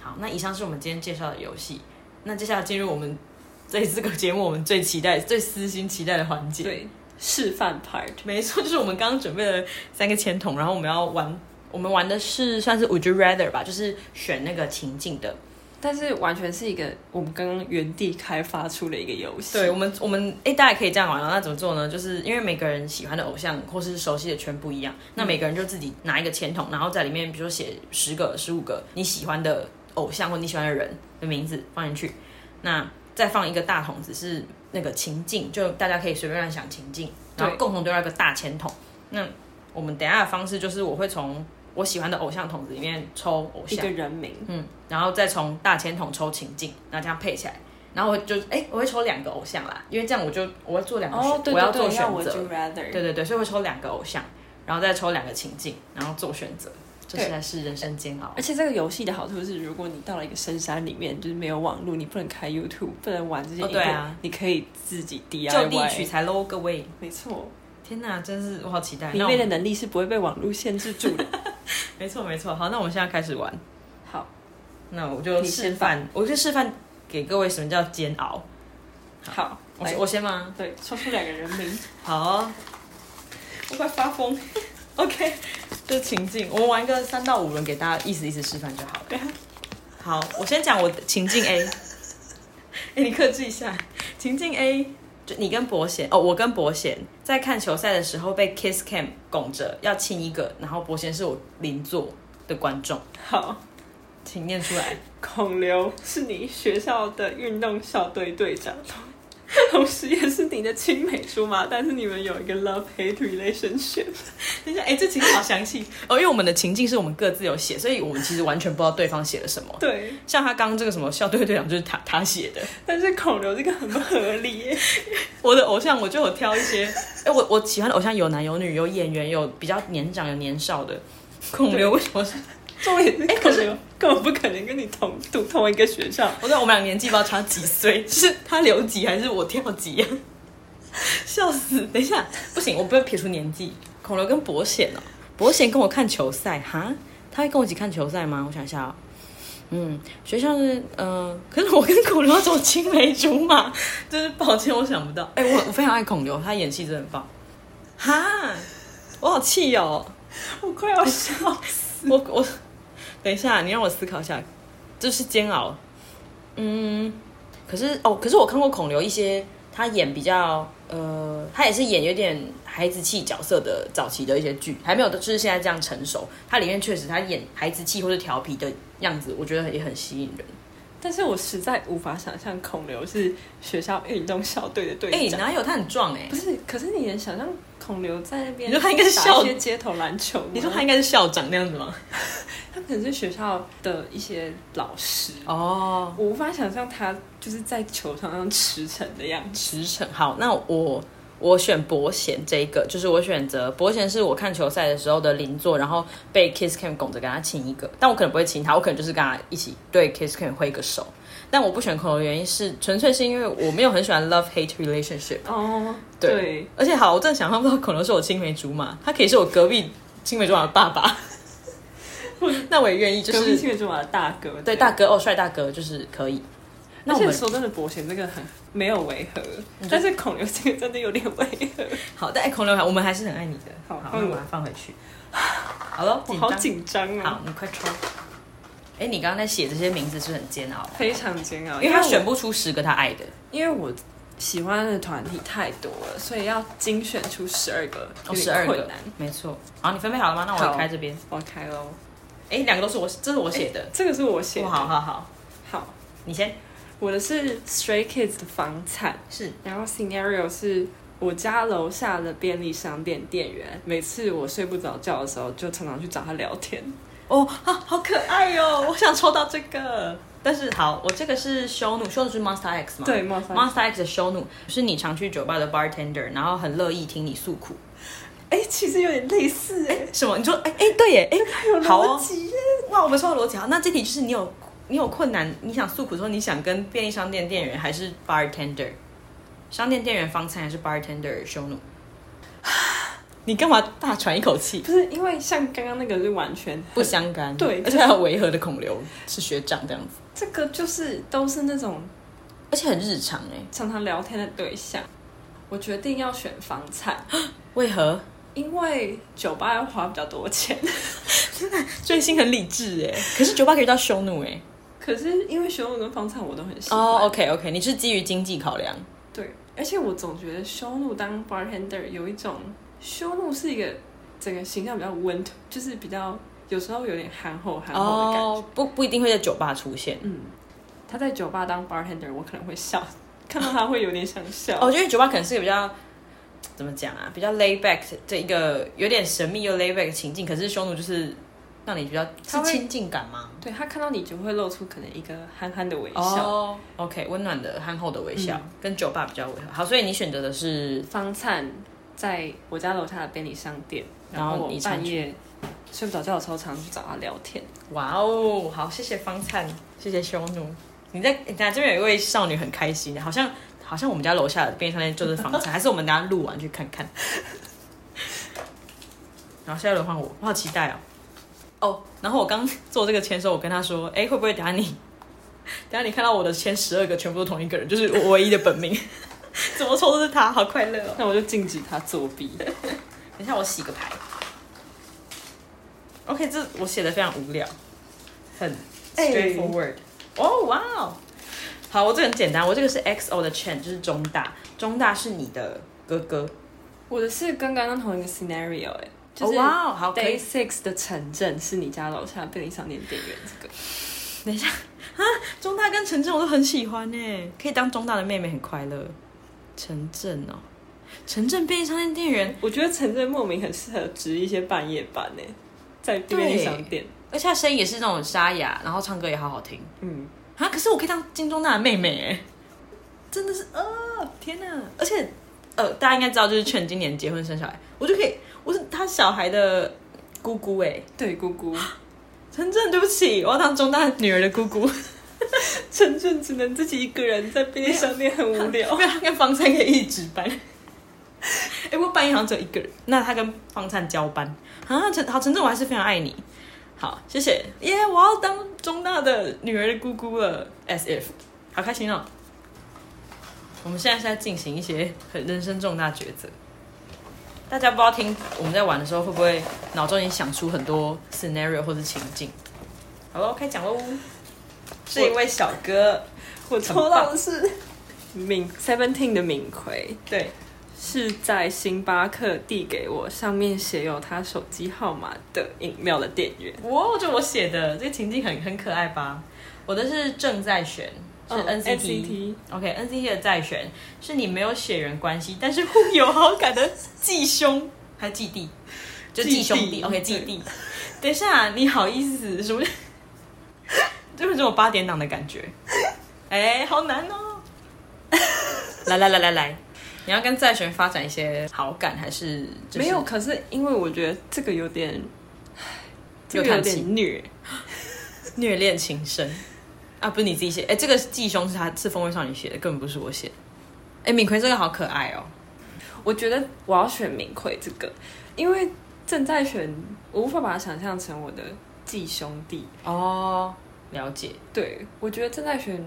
好，那以上是我们今天介绍的游戏，那接下来进入我们这这个节目我们最期待、最私心期待的环节。，对，示范 part。没错，就是我们刚刚准备了三个签筒，然后我们要玩，我们玩的是算是 Would you rather 吧，就是选那个情境的。但是完全是一个我们刚刚原地开发出的一个游戏。对我们，我们哎、大家也可以这样玩哦。那怎么做呢？就是因为每个人喜欢的偶像或是熟悉的圈不一样，那每个人就自己拿一个签筒，然后在里面，比如说写十个、十五个你喜欢的偶像或你喜欢的人的名字放进去，那再放一个大筒子是那个情境，就大家可以随便乱想情境，然后对共同丢到一个大签筒。那我们等一下的方式就是，我会从我喜欢的偶像筒子里面抽偶一像个，人名，嗯，然后再从大签筒抽情境，然后这样配起来，然后我就哎、我会抽两个偶像啦，因为这样我就我会做两个选，哦，对我对要做对，要选我择， do rather，对对对，所以会抽两个偶像，然后再抽两个情境，然后做选择，这对实在是人生煎熬而。且这个游戏的好处是，如果你到了一个深山里面，就是没有网络，你不能开 YouTube，不能玩这些哦影对片，啊你可以自己就地取 DIY。材喽，各位！没错，天哪，真是我好期待。你那我妹的们能力是不会被网络限制 [laughs] 住的。没错没错，好，那我们现在开始玩。好，那我就你示先范，我就示范给各位什么叫煎熬。好，我来，我先吗？对，抽出两个人 [laughs] 名，好，我快发疯。OK，这情境，我们玩个三到五轮，给大家意思意思示范就好了。好，我先讲我的情境 A。哎、你克制一下。情境 A，就你跟伯贤哦，我跟伯贤在看球赛的时候被 Kiss Cam 拱着要亲一个，然后伯贤是我邻座的观众，好，请念出来。孔刘是你学校的运动校队队长。同时也是你的青梅竹马， [laughs] 但是你们有一个 love hate relationship。等一下，哎、这情境好详细哦，因为我们的情境是我们各自有写，所以我们其实完全不知道对方写了什么。对，像他刚刚这个什么校队队长就是他他写的，但是孔刘这个很不合理耶。我的偶像我就有挑一些，哎、我我喜欢的偶像有男有女，有演员，有比较年长有年少的。孔刘为什么是？重点是可哎可是是根本不可能跟你同读同一个学校。我对我们俩年纪不知道差几岁，是他留级还是我跳级呀、 [laughs] 笑死！等一下，不行，我不要撇除年纪。孔刘跟伯贤哦，伯贤跟我看球赛哈，他会跟我一起看球赛吗？我想一下、哦，嗯，学校是嗯、呃可是我跟孔刘走青梅竹马，真是抱歉，我想不到。哎、我我非常爱孔刘，他演戏真的很棒。哈，我好气哦。我快要笑死！我我等一下，你让我思考一下，这是煎熬。嗯，可是哦，可是我看过孔刘一些，他演比较呃，他也是演有点孩子气角色的早期的一些剧，还没有就是现在这样成熟。他里面确实他演孩子气或者调皮的样子，我觉得也很吸引人。但是我实在无法想象孔刘是学校运动校队的哎、队长。哪有他很壮哎、不是，可是你能想象孔刘在那边？你说他应该是校一些街头篮球吗？你说他应该是校长那样子吗？他可能是学校的一些老师。哦，我无法想象他就是在球场上驰骋的样子。驰骋。好，那我我选伯贤这一个，就是我选择伯贤是我看球赛的时候的邻座，然后被 Kiss Cam 拱着跟他亲一个，但我可能不会亲他，我可能就是跟他一起对 Kiss Cam 挥个手。但我不选恐龙的原因是，纯粹是因为我没有很喜欢 love hate relationship。哦，对对，而且好，我真的想象不到恐龙是我青梅竹马，他可以是我隔壁青梅竹马的爸爸， [laughs] 那我也愿意，就隔壁是青梅竹马的大哥，对大哥哦，帅大哥就是可以。那而我且们说真的，伯贤这个很没有违和，但是孔刘这个真的有点违和，好，但哎孔刘海我们还是很爱你的。好好，换那我我把它放回去。好了，我紧好张紧张好啊，，你快抽。哎，你刚刚在写这些名字是不是很煎熬，非常煎熬，因为他我选不出十个他爱的。因为我喜欢的团体太多了，所以要精选出哦十二个有十点二困个难。，没错。好，你分配好了吗？那好我开这边。我开喽，哎，两个都是我，这是我写的。这个是我写哇的。好好好，好你先。我的是 Stray Kids 的房产，是然后 scenario 是我家楼下的便利商店店员，每次我睡不着觉的时候，就常常去找他聊 [laughs] 天。哦，啊，好可爱哟、我想抽到这个。但是好，我这个是修努，修的是 Monster X 嘛？对，冒犯。 ，Monster X 的修努是你常去酒吧的 bartender，然后很乐意听你诉苦。哎、其实有点类似哎、什么？你说？哎哎，对耶，哎，有好哦逻辑耶。 [laughs] 哇，我们说到逻辑好，那这题就是你有你有困难，你想诉苦的时候，你想跟便利商店店员还是 bartender？商店店员方餐还是 bartender 修努？ [sighs] 你干嘛大喘一口气？不是因为像刚刚那个是完全很不相干，对而且还有违和的孔流是学长这样子，这个就是都是那种而且很日常哎、常常聊天的对象。我决定要选房产，为何？因为酒吧要花比较多钱， [laughs] [laughs] 追星很理智哎，可是酒吧可以到羞怒哎。可是因为修路跟房产我都很喜欢。哦、o k OK，你是基于经济考量，对，而且我总觉得修路当 bartender 有一种修路是一个整个形象比较温，就是比较有时候有点憨厚憨厚的感觉。哦、不不一定会在酒吧出现。嗯，他在酒吧当 bartender，我可能会笑， [laughs] 看到他会有点想笑。哦，我觉得酒吧可能是一个比较怎么讲啊，比较 lay back 的一个有点神秘又 lay back 的情境，可是匈奴就是让你比较他是会亲近感吗？对他看到你就会露出可能一个憨憨的微笑。哦、o k 温暖的憨厚的微笑、嗯跟酒吧比较违和。好，所以你选择的是方灿在我家楼下的便利商店，然然后后我你常半夜睡不着觉的时候，常常去找他聊天。哇哦，好，谢谢方灿，谢谢匈奴。你在你看这边有一位少女很开心，好像好像我们家楼下的便利商店就是方灿，还是我们等下录完去看看。然后下一轮换我，我好期待哦。哦，然后我刚做这个签的时候，我跟他说，哎，会不会等下你等下你看到我的签十二个全部都同一个人，就是我唯一的本命， [laughs] 怎么抽都是他，好快乐哦。那我就禁止他作弊。等一下我洗个牌。OK，这我写的非常无聊，很哎 straightforward。哦，哇哦！好，我这个很简单，我这个是 XO 的 Chen，就是中大，中大是你的哥哥。 [laughs] 我的是跟刚刚同一个 scenario 哎、就是哦哇哦，好，可 day 以。 six 的城镇是你家楼下便利商店店员这个。中大跟陈正我都很喜欢呢，可以当中大的妹妹很快乐。陈正哦，陈正便利商店店员，我觉得城镇莫名很适合值一些半夜班哎、在便利商店。而且他声音也是那种沙哑，然后唱歌也好好听。嗯，啊！可是我可以当金钟大的妹妹哎，真的是啊、天哪！而且呃，大家应该知道，就是劝今年结婚生小孩，我就可以，我是他小孩的姑姑哎，对，姑姑，陈正，对不起，我要当中大女儿的姑姑， [laughs] 城镇只能自己一个人在便利商店很无聊 [laughs] 因。为他跟方灿可以一直 [laughs] 班。哎、不过半夜好像只有一个人，那他跟方灿交班啊。陈好，陈正，我还是非常爱你。好，谢谢耶我要当中大的女儿的姑姑了，as if，好开心哦。我们现在是在进行一些很人生重大抉择。大家不知道听我们在玩的时候，会不会脑中已经想出很多 scenario 或是情境？好了，开讲喽。是一位小哥，我抽到的是敏 Seventeen 的敏奎，对，是在星巴克递给我上面写有他手机号码的饮料的店员。哇，就我写的，这个情境很很可爱吧？我的是正在选，是嗯 NCT。 NCT OK NCT 的在选是你没有血缘关系，但是互有好感的继兄还是继弟，就继兄继弟。弟 OK 继弟，等一下，你好意思什么？ [laughs] 就是这种八点档的感觉。哎、好难哦！ [laughs] 来来来来来，你要跟在选发展一些好感还是、就是、没有，可是因为我觉得这个有点，这有个有叹气点虐。虐恋情深啊，不是你自己写，哎、这个继兄是他是风味少女写的，根本不是我写的。哎、敏奎这个好可爱哦，我觉得我要选敏奎这个，因为正在选，我无法把它想象成我的继兄弟。哦，了解，对，我觉得正在选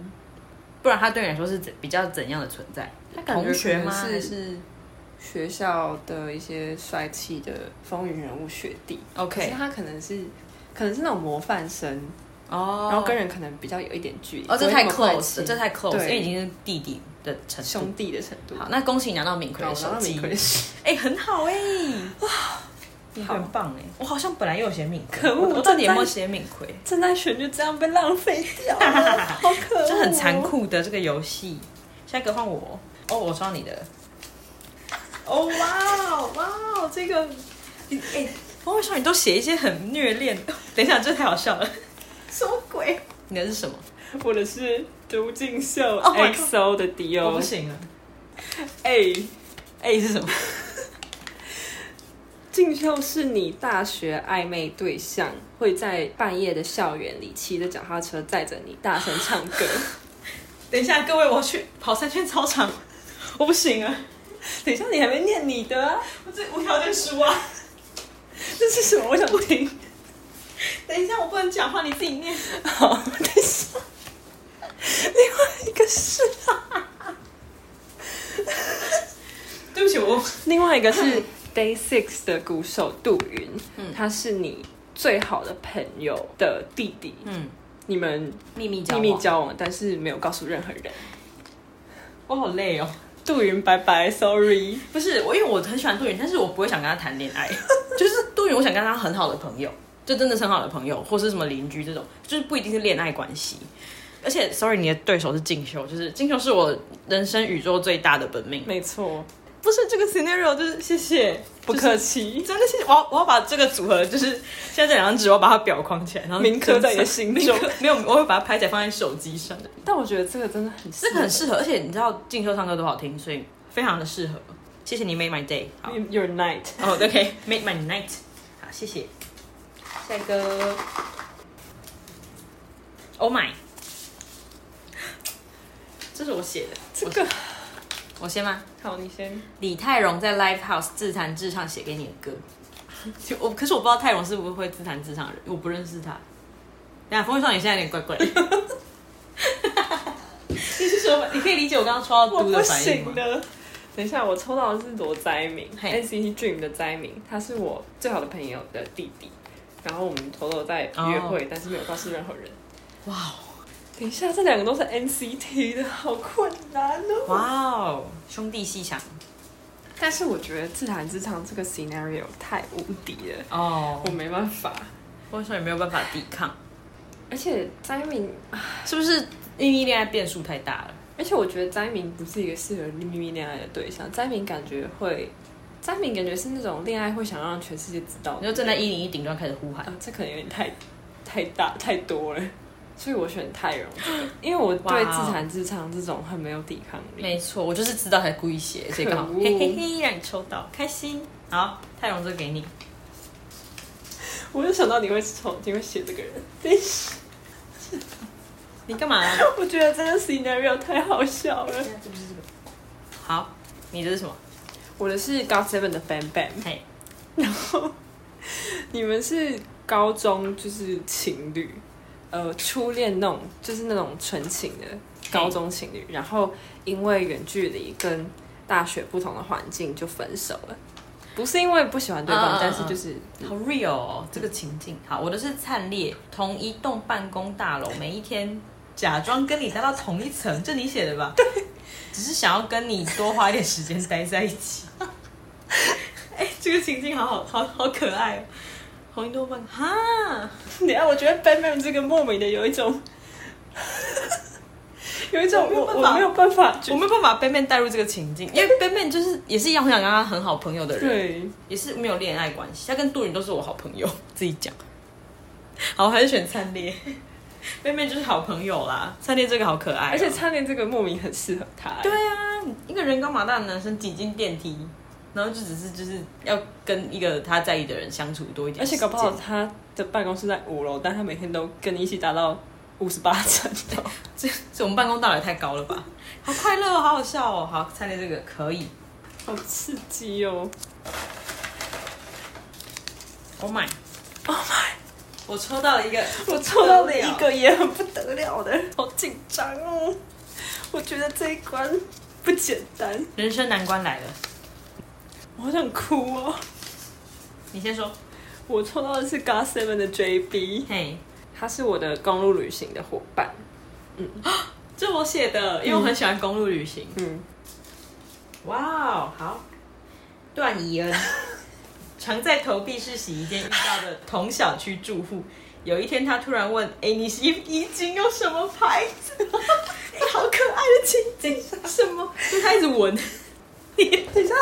不然它对你来说是怎比较怎样的存在？他感觉同学吗？可能是还是学校的一些帅气的风云人物学弟，可是 OK？他可能是可能是那种模范生，哦，然后跟人可能比较有一点距离，哦，不这会太那么快 close，了亲这太 close，对因为已经是弟弟的程度。兄弟的程度。好，那恭喜你拿到敏奎搞的手到机你，可以 [laughs] 哎、很好哎、哇，你好很棒哎、我好像本来也有写敏奎，可恶我我到底有正没有在写敏奎？正在选就这样被浪费掉 [laughs] 了，好可恶！这很残。酷的这个游戏。下一个换我，哦，我刷你的。哦哇哦哇哦，这个，你哎、我为什么你都写一些很虐恋？ [laughs] 等一下，这太好笑了。什么鬼？你的是什么？我的是独进秀 Oh my god XO 的迪我欧不，行了。哎， A 是 [laughs] 什么？进秀是你大学暧昧对象会在半夜的校园里骑着脚踏车载着你大声唱歌。等一下，各位，我去跑三圈操场， [laughs] 我不行了， [laughs] 等一下，你还没念你的、啊，我这无条件输啊！ [laughs] 这是什么？我想听。等一下，我不能讲话，你自己念。好，等一下，另外一个是，啊对不起，我另外一个是 Day Six 的鼓手杜云，他是你最好的朋友的弟弟，嗯，你们秘密交秘往密交往，但是没有告诉任何人。我好累哦。杜云，拜拜，sorry。不是我，因为我很喜欢杜云，但是我不会想跟他谈恋爱。 [laughs] 就是杜云，我想跟他很好的朋友，就真的是很好的朋友，或是什么邻居这种，就是不一定是恋爱关系。而且，sorry，你的对手是进修，就是进修是我人生宇宙最大的本命。没错，不是这个 scenario，就是谢谢，不客气。真的谢谢。我要我要把这个组合，就是现在这两张纸，我要把它裱框起来，然后铭刻在你的心中铭刻 [laughs] 没有，我会把它拍起来放在手机上。但我觉得这个真的很适这合，个很适合，而且你知道进修唱歌多好听，所以非常的适合。谢谢你 make my day，好。 Your night，哦、o k make my night，好，谢谢。下一个，Oh my，这是我写的，这个我先吗？好，你先。李泰荣在 Live House 自弹自唱写给你的歌，就我可是我不知道泰荣是不是会自弹自唱的人，我不认识他。等一下，风少女现在有点怪怪的。 [laughs] 你是什么？你可以理解我刚刚抽到我嘟不的反应行？吗的。等一下，我抽到的是罗灾明嘿，NCT Dream 的灾明，他是我最好的朋友的弟弟。然后我们偷偷在约会但是没有告诉任何人。哇哦等一下，这两个都是 NCT 的，好困难哦。哇哦，兄弟戏强但是我觉得自弹自唱这个 scenario 太无敌了，哦我，没办法。风少女没有办法抵抗。而且灾明，是不是秘密恋爱变数太大了？而且我觉得灾明不是一个适合秘密恋爱的对象。灾明感觉会，灾明感觉是那种恋爱会想让全世界知道的人。你就站在一零一顶端开始呼喊啊，这可能有点太太大太多了，所以我选泰容这个，因为我对哇自哦弹自唱这种很没有抵抗力。没错，我就是知道才故意写，所以刚好可恶嘿嘿嘿，让你抽到，开心。好，泰荣这个给你。我就想到你会抽，你会写这个人， [laughs] 等一下你干嘛、啊我觉得这个 scenario 太好笑了。这不是这个。好，你这是什么？我的是高 seven 的 Bam Bam，嘿，然后你们是高中就是情侣，呃，初恋那种就是那种纯情的高中情侣，呃然后因为远距离跟大学不同的环境就分手了，不是因为不喜欢对嗯嗯方，嗯但是就是好 real 哦，这个情境。好，我的是灿烈，同一栋办公大楼，每一天假装跟你待到同一层，这你写的吧？对，只是想要跟你多花一点时间待在一起。 [laughs] 哎、这个情境好好好好可爱哦。同一栋办公，哈，你看，我觉得 Bam Bam 这个莫名的有一 [laughs] 种有一种我我没有办我没有法办法觉得，我没有办法把 Ben Ben 带入这个情境，因为 Ben Ben 就是也是一样，很想跟他很好朋友的人。对，也是没有恋爱关系，他跟杜云都是我好朋友， [laughs] 自己讲。好，我还是选灿烈， [laughs] 妹妹就是好朋友啦。灿烈这个好可爱哦、而且灿烈这个莫名很适合他，哎对啊，一个人高马大的男生挤进电梯，然后就只是就是要跟一个他在意的人相处多一点而时且间，搞不好他的办公室在五楼，但他每天都跟你一起达到五十八层楼。这这我们办公大楼也太高了 [laughs] 吧？好快乐、哦，好好笑哦。好，灿烈这个可以好刺激哦！ ，Oh my，Oh my，我 [laughs] 抽到了一个， [laughs] 我抽到了一个也很不得了的，好紧张哦！我觉得这一关不简单，人生难关来了，我好想哭哦。你先说。我抽到的是 God Seven 的 JB，嘿，他是我的公路旅行的伙伴。这我写的，因为我很喜欢公路旅行。嗯，哇哦，好，段怡 [laughs] 恩，常在投币式洗衣店遇到的同小区住户，有一天他突然问：“哎，你洗衣巾用什么牌子？” [laughs] 哎，好可爱的情景，什么？就他一直闻。 [laughs] 你等一下，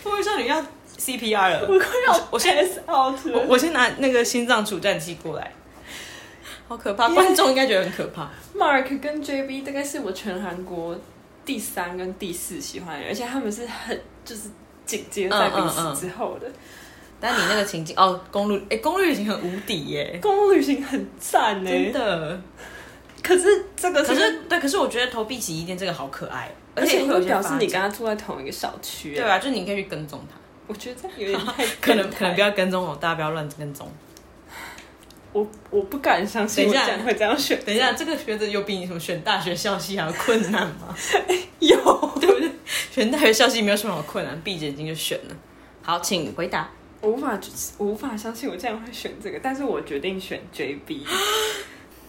风云少女要 CPR 了，我快要我现在 pass out 我了。我先拿那个心脏除颤器过来，好可怕，观众应该觉得很可怕。 Mark 跟 JB 大概是我全韩国第三跟第四喜欢的人，而且他们是很就是紧接在彼嗯嗯嗯此之后的。但你那个 [laughs] 情境哦，公路哎、公路旅行很无敌耶，公路旅行很赞呢、欸真的。可是这个可是对，可是我觉得投币洗衣店这个好可爱，哦而且且会有会一些表示发你展跟他住在同一个小区、欸对，吧？啊就是你可以去跟踪它，我觉得这样有点太可能可能不要，要跟踪我，哦大家不要乱跟踪。我我不敢相信我等一竟下然会这样选。等一下，这个学者有比你什么选大学校系还要困难 [laughs] 吗？有对不对？选大学校系没有什么好困难，闭着眼睛就选了。好，请回答。我无法我无法相信我竟然会选这个，但是我决定选 JB，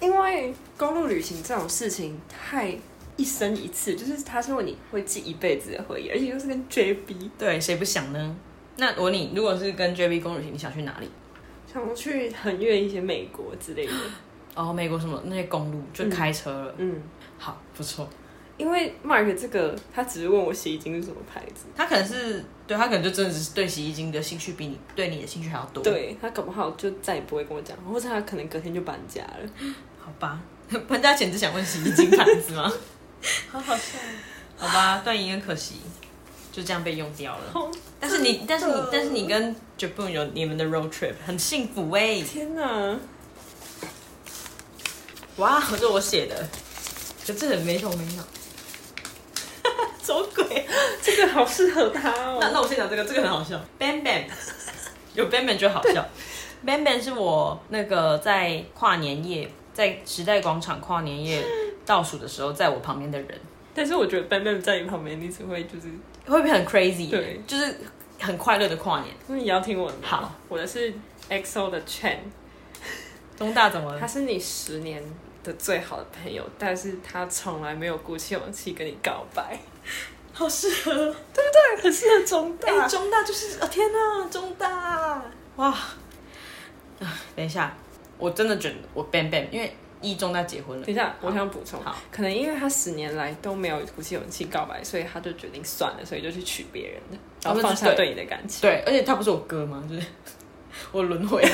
因为公路旅行这种事情太一生一次，就是它是你会记一辈子的回忆，而且又是跟 JB。对，谁不想呢？那我问你，如果是跟 JB 公路旅行，你想去哪里？想去很远一些美国之类的，哦，美国什么那些公路就开车了。嗯，好，不错。因为 Mark 这个他只是问我洗衣精是什么牌子，他可能是对他可能就真的只是对洗衣精的兴趣比你对你的兴趣还要多。，对他搞不好就再也不会跟我讲，或者他可能隔天就搬家了。好吧， [laughs] 搬家前只想问洗衣精牌子 [laughs] 吗？好好笑。好吧，段莹很可惜，就这样被用掉了。但是你，但是你，但是你跟 Japan 有你们的 road trip，很幸福 [laughs] 哎、天哪，哇，这我写的，可这很没头没脑。 [laughs] 什么鬼？这个好适合他哦。那那我先讲这个，这个很好笑。Bam [laughs] Bam，有 Bam Bam 就好笑。Bam Bam 是我那个在跨年夜，在时代广场跨年夜倒数的时候，在我旁边的人，但是我觉得 Ben Ben 在你旁边，你只会就是，会不会很 crazy？对就是很快乐的跨年。那你要听我的吗好，我的是 EXO 的 Chen，东大怎么他了？是你十年的最好的朋友，但是他从来没有鼓起勇气跟你告白，好适合。对，很适合中哎、中大就是啊、天哪、中大哇！啊，等一下，我真的觉得我 Bam Bam，因为一中大结婚了等。一下，我想补充好，可能因为他十年来都没有鼓起勇气告白，所以他就决定算了，所以就去娶别人了，哦然后放下对你的感情。对，而且他不是我哥吗？就是 [laughs] 我轮回， [laughs]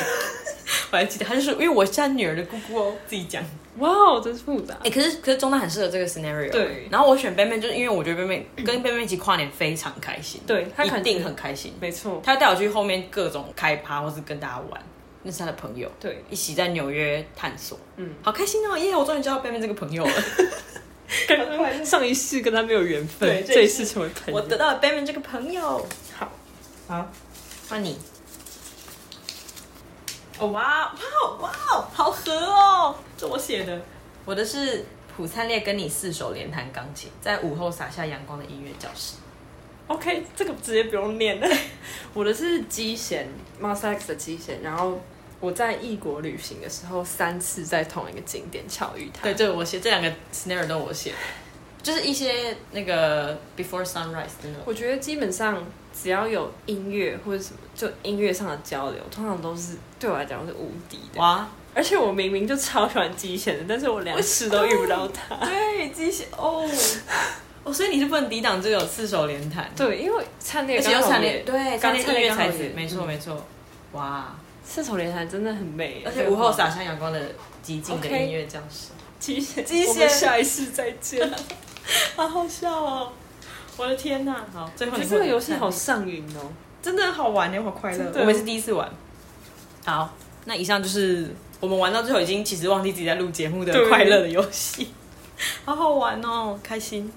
我还记得，他就是因为我是他女儿的姑姑哦，自己讲。哇哦，真是复杂哎、。可是可是中大很适合这个 scenario。对然后我选 Bam Bam，就是因为我觉得 Bam Bam 跟 Bam Bam 一起跨年非常开心，对他一肯定很开心。没错，他带我去后面各种开趴，或是跟大家玩，那是他的朋友，对，一起在纽约探索，嗯，好开心哦！耶，我终于交到 Bam Bam 这个朋友了，上一世跟他没有缘分，对这一世成为朋 [laughs] 我友。得到了 Bam Bam 这个朋友。好，好，换你。哦哇哇哇，好合哦！这我写的，我的是普灿烈跟你四手联弹钢琴，在午后洒下阳光的音乐教室。 OK，这个直接不用 [laughs] 念了。我的是机弦 m a s X 的机弦，然后我在异国旅行的时候，三次在同一个景点巧遇他。对，对，我写这两个 snare 都我写的，就是一些那个 before sunrise 的那种。我觉得基本上只要有音乐或者什么，就音乐上的交流，通常都是对我来讲是无敌的。哇，而且我明明就超喜欢机弦的，但是我两次都遇不到他。对，机械哦哦，所以你是不能抵挡这种四手联弹，，对，因为灿烈而且有刚好惨也烈，对，刚惨刚烈音乐才也嗯子，没错没错，哇，四手联弹真的很美，而且午后洒下阳光的极静的 OK 音乐教室，机弦，机我弦们下一次再见。好好笑哦，我的天呐，好，最我后觉你得这个会游戏好看上瘾哦。真的很好玩耶，好快乐真，的我们是第一次玩，好，那以上就是我们玩到最后已经其实忘记自己在录节目的对快乐的游戏， [laughs] 好好玩哦，开心。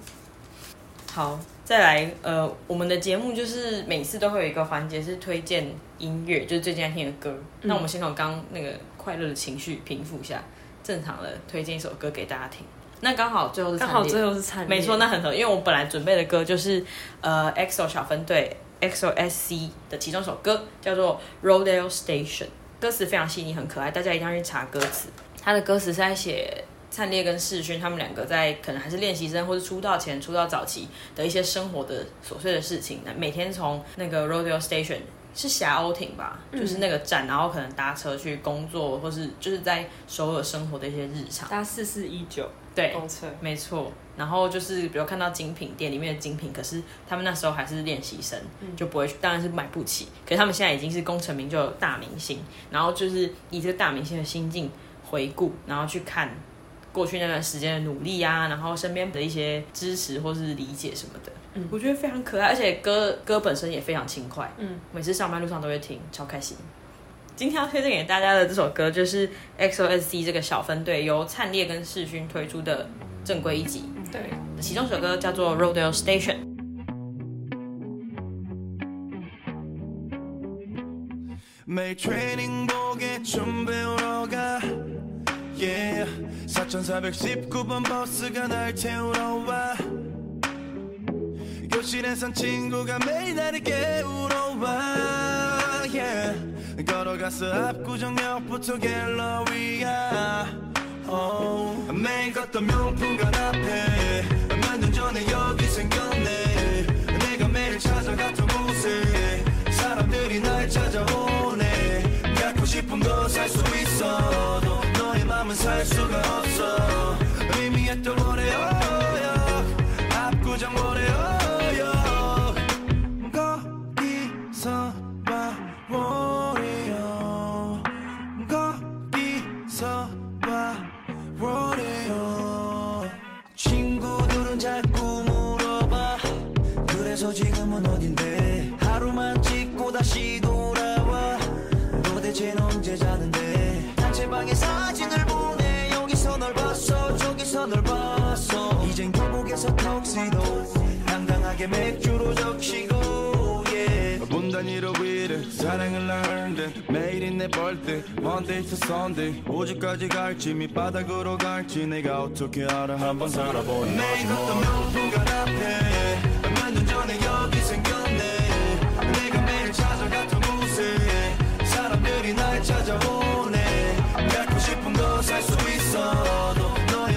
好，再来，呃，我们的节目就是每次都会有一个环节是推荐音乐，就是最近在听的歌。嗯那我们先从刚刚那个快乐的情绪平复下，正常的推荐一首歌给大家听。那刚好最后是刚惨好烈最后是惨烈，没错，那很合，因为我本来准备的歌就是呃 EXO 小分队 EXO SC 的其中一首歌，叫做《Rodeo Station》，歌词非常细腻，很可爱，大家一定要去查歌词。他的歌词是在写灿烈跟世勋他们两个在可能还是练习生或是出道前、出道早期的一些生活的琐碎的事情。那每天从那个 Rodeo Station 是霞欧亭吧，就是那个站，然后可能搭车去工作，或是就是在首尔生活的一些日常。搭四四一九对，公车，没错，然后就是比如看到精品店里面的精品，可是他们那时候还是练习生，就不会去，当然是买不起。可是他们现在已经是功成名就的大明星，然后就是以这个大明星的心境回顾，然后去看过去那段时间的努力啊，然后身边的一些支持或是理解什么的，嗯我觉得非常可爱，而且歌歌本身也非常轻快，嗯，每次上班路上都会听，超开心。今天要推荐给大家的这首歌就是 XOSC 这个小分队由灿烈跟世勋推出的正规一集，对，其中一首歌叫做《Rodeo Station》。 매일 트레이닝복에 춤 배우러 가 yeah. 4419번 버스가 날 태우러 와 교실에선 친구가 매일 나를 깨우러 와 yeah. 걸어가서 압구정역부터 갤러리야 oh. 매일 걷던 명품관 앞에 몇년 전에 여기 생겼네 내가 매일 찾아갔던 곳에 사람들이 날 찾아오네 갖고 싶은 거 살 수 있어도 너의 맘은 살 수가 없어 의미했던 월요역 압구정 월요역 거기서 봐 월요 거기서 봐 월요 친구들은 자꾸 물어봐 그래서 지금은 어딘데 하루만 찍고 다시 돌아와 도대체 넌 언제 자는데 단체방에 사진을 보내 여기서 널 봤어 저기서 널 봤어 이젠 교복에서 턱시도 당당하게 맥주로 적시고 yeah. 문단 위로 위를 사랑을 나는데 매일이 내벌때 Monday to Sunday 오직까지 갈지 밑바닥으로 갈지 내가 어떻게 알아 한번 뭐. 살아보니 매일 걷던 명품관 앞에 몇 년 전에 여기 생겼네 내가 매일 찾아갔던 곳에 사람들이 날 찾아오네 갖고 싶은 거 살 수 있어도 너의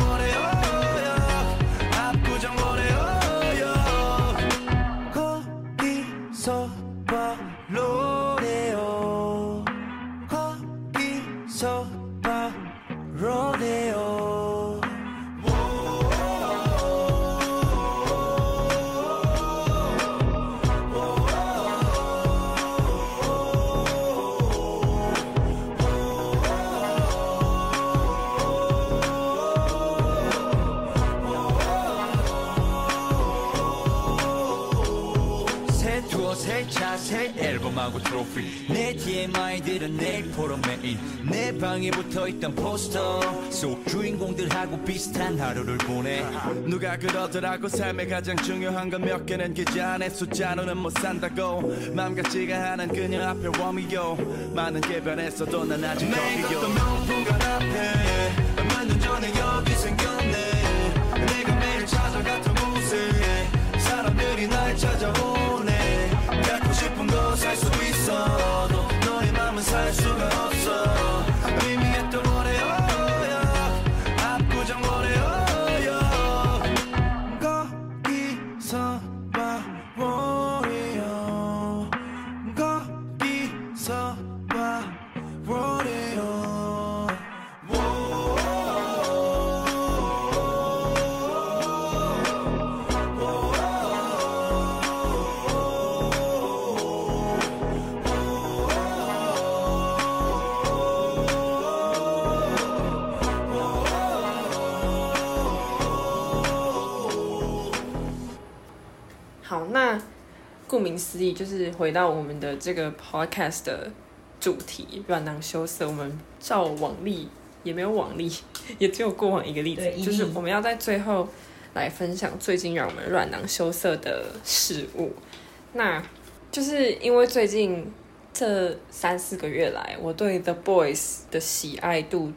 월요역 압구정 월요역 거기서 봐 로데오 거기서 봐 로데오 새 투어 새차새 앨범하고 트로피 내 TMI들은 내일 포로 메인 내 방에 붙어있던 포스터 속 주인공들하고 비슷한 하루를 보내 누가 그러더라고 삶에 가장 중요한 건 몇 개는 기지 안에 숫자로는 못 산다고 맘 같지가 않은 그녀 앞에 웜이요 많은 개변했어도 난 아직 거기요 명품관 앞에 몇 년 전에 여기 생겼네 내가 매일 찾아갔던 곳에 사람들이 날 찾아오네 갖고 싶은 거 살 수 있어도 너의 맘은 살 수가 없어 의미했던 월요역 압구정 월요역 거기서 봐 월요 거기서 봐 월요 好，那顾名思义就是回到我们的这个 podcast 的主题“软囊羞涩”，我们照往例也没有往例， [laughs] 也只有过往一个例对一子，例就是我们要在最后来分享最近让我们软囊羞涩的事物。那就是因为最近这三四个月来，我对 The Boys 的喜爱度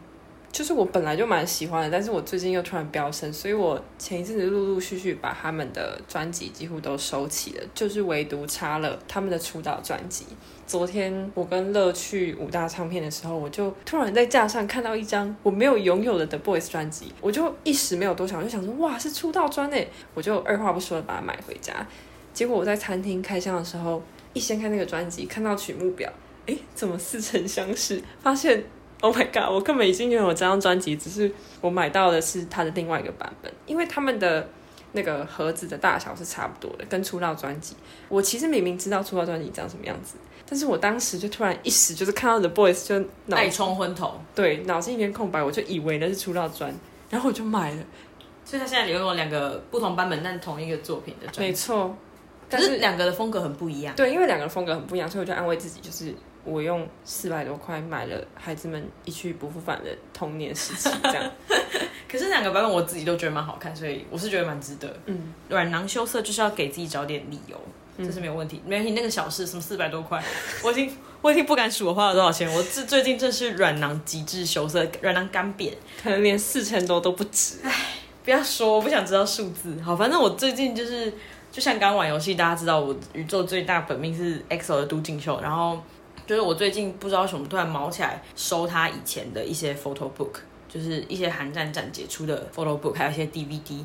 就是我本来就蛮喜欢的，但是我最近又突然飙升，所以我前一阵子陆陆续续把他们的专辑几乎都收齐了，就是唯独差了他们的出道专辑。昨天我跟乐去五大唱片的时候，我就突然在架上看到一张我没有拥有的 The Boys 专辑，我就一时没有多想，我就想说哇是出道专诶，我就二话不说的把它买回家。结果我在餐厅开箱的时候，一掀开那个专辑，看到曲目表，诶，怎么似曾相识？发现 Oh my god！我根本已经拥有这张专辑，只是我买到的是它的另外一个版本，因为他们的那个盒子的大小是差不多的，跟出道专辑。我其实明明知道出道专辑长什么样子，但是我当时就突然一时就是看到 The Boys 就脑爱冲昏头。对脑筋一片空白，我就以为那是出道专，然后我就买了。所以他现在拥有两个不同版本但同一个作品的专没辑，错，可但是是两个的风格很不一样。对，因为两个人风格很不一样，所以我就安慰自己，就是我用四百多块买了孩子们一去不复返的童年时期，这 [laughs] 样。可是两个版本我自己都觉得蛮好看，所以我是觉得蛮值得。嗯，软囊羞涩就是要给自己找点理由，这是没有问题。没问题，那个小事什么四百多块，我已经我已经不敢数我花了多少钱。我最最近真是软囊极致羞涩，软囊干瘪。可能连四千多都不止。不要说，我不想知道数字。好，反正我最近就是，就像刚玩游戏，大家知道我宇宙最大本命是 EXO 的都敬秀，然后就是我最近不知道为什么突然毛起来收他以前的一些 photo book，就是一些韩战展解出的 photo book，还有一些 DVD。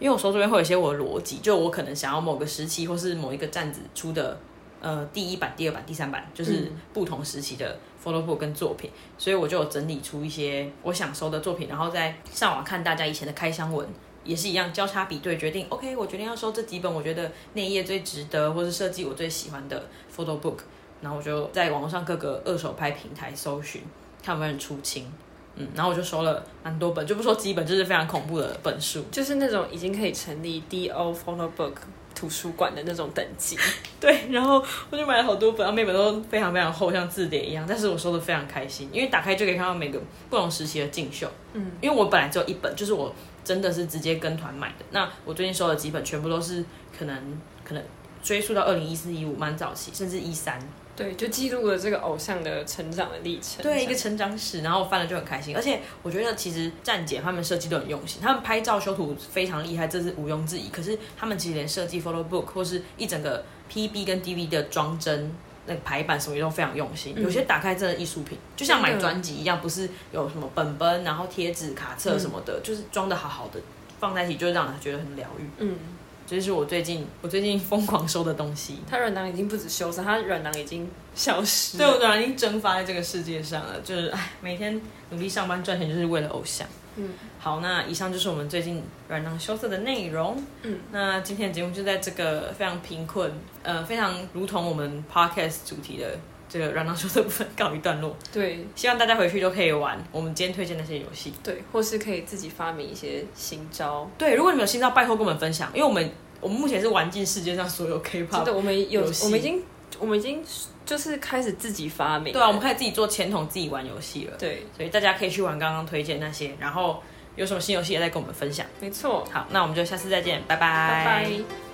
因为我手这边会有一些我的逻辑，就我可能想要某个时期或是某一个站子出的，呃，第一版、第二版、第三版，就是不同时期的 photo book 跟作品，所以我就有整理出一些我想收的作品，然后再上网看大家以前的开箱文，也是一样交叉比对，决定 OK，我决定要收这几本，我觉得那一页最值得，或是设计我最喜欢的 photo book，然后我就在网络上各个二手拍平台搜寻，看有没有人出清。嗯，然后我就收了蛮多本，就不说几本，就是非常恐怖的本数。就是那种已经可以成立 DO Photo Book 图书馆的那种等级。对，然后我就买了好多本，然后每本都非常非常厚，像字典一样。但是我收的非常开心，因为打开就可以看到每个不同时期的进秀。嗯，因为我本来只有一本，就是我真的是直接跟团买的。那我最近收的几本，全部都是可能可能追溯到二零一四一五，蛮早期，甚至一三。对，就记录了这个偶像的成长的历程。对，一个成长史，然后翻了就很开心。而且我觉得其实站姐他们设计都很用心，他们拍照修图非常厉害，这是毋庸置疑。可是他们其实连设计 photo book 或是一整个 PB 跟 DV 的装帧。那个排版什么也都非常用心，有些打开真的艺术品，就像买真的专辑一样，不是有什么本本，然后贴纸、卡册什么的，就是装的好好的，放在一起就让人觉得很疗愈。嗯，这是我最近我最近疯狂收的东西。他软囊已经不止修身，他软囊已经消失对，了。我当然已经蒸发在这个世界上了。就是哎，每天努力上班赚钱，就是为了偶像。嗯，好，那以上就是我们最近软囊羞涩的内容。嗯，那今天的节目就在这个非常贫困，呃，非常如同我们 podcast 主题的这个软囊羞涩部分告一段落。 [laughs] 对希望大家回去都可以玩我们今天推荐那些游戏。对，或是可以自己发明一些新招。对，如果你们有新招，拜托跟我们分享，因为我们我们目前是玩尽世界上所有 K-pop 真的，我们有游，戏我们已经，我们已经就是开始自己发明了。对啊，我们开始自己做钱筒，自己玩游戏了。对，所以大家可以去玩刚刚推荐那些，然后有什么新游戏也再跟我们分享。没错。好，那我们就下次再见，拜拜拜。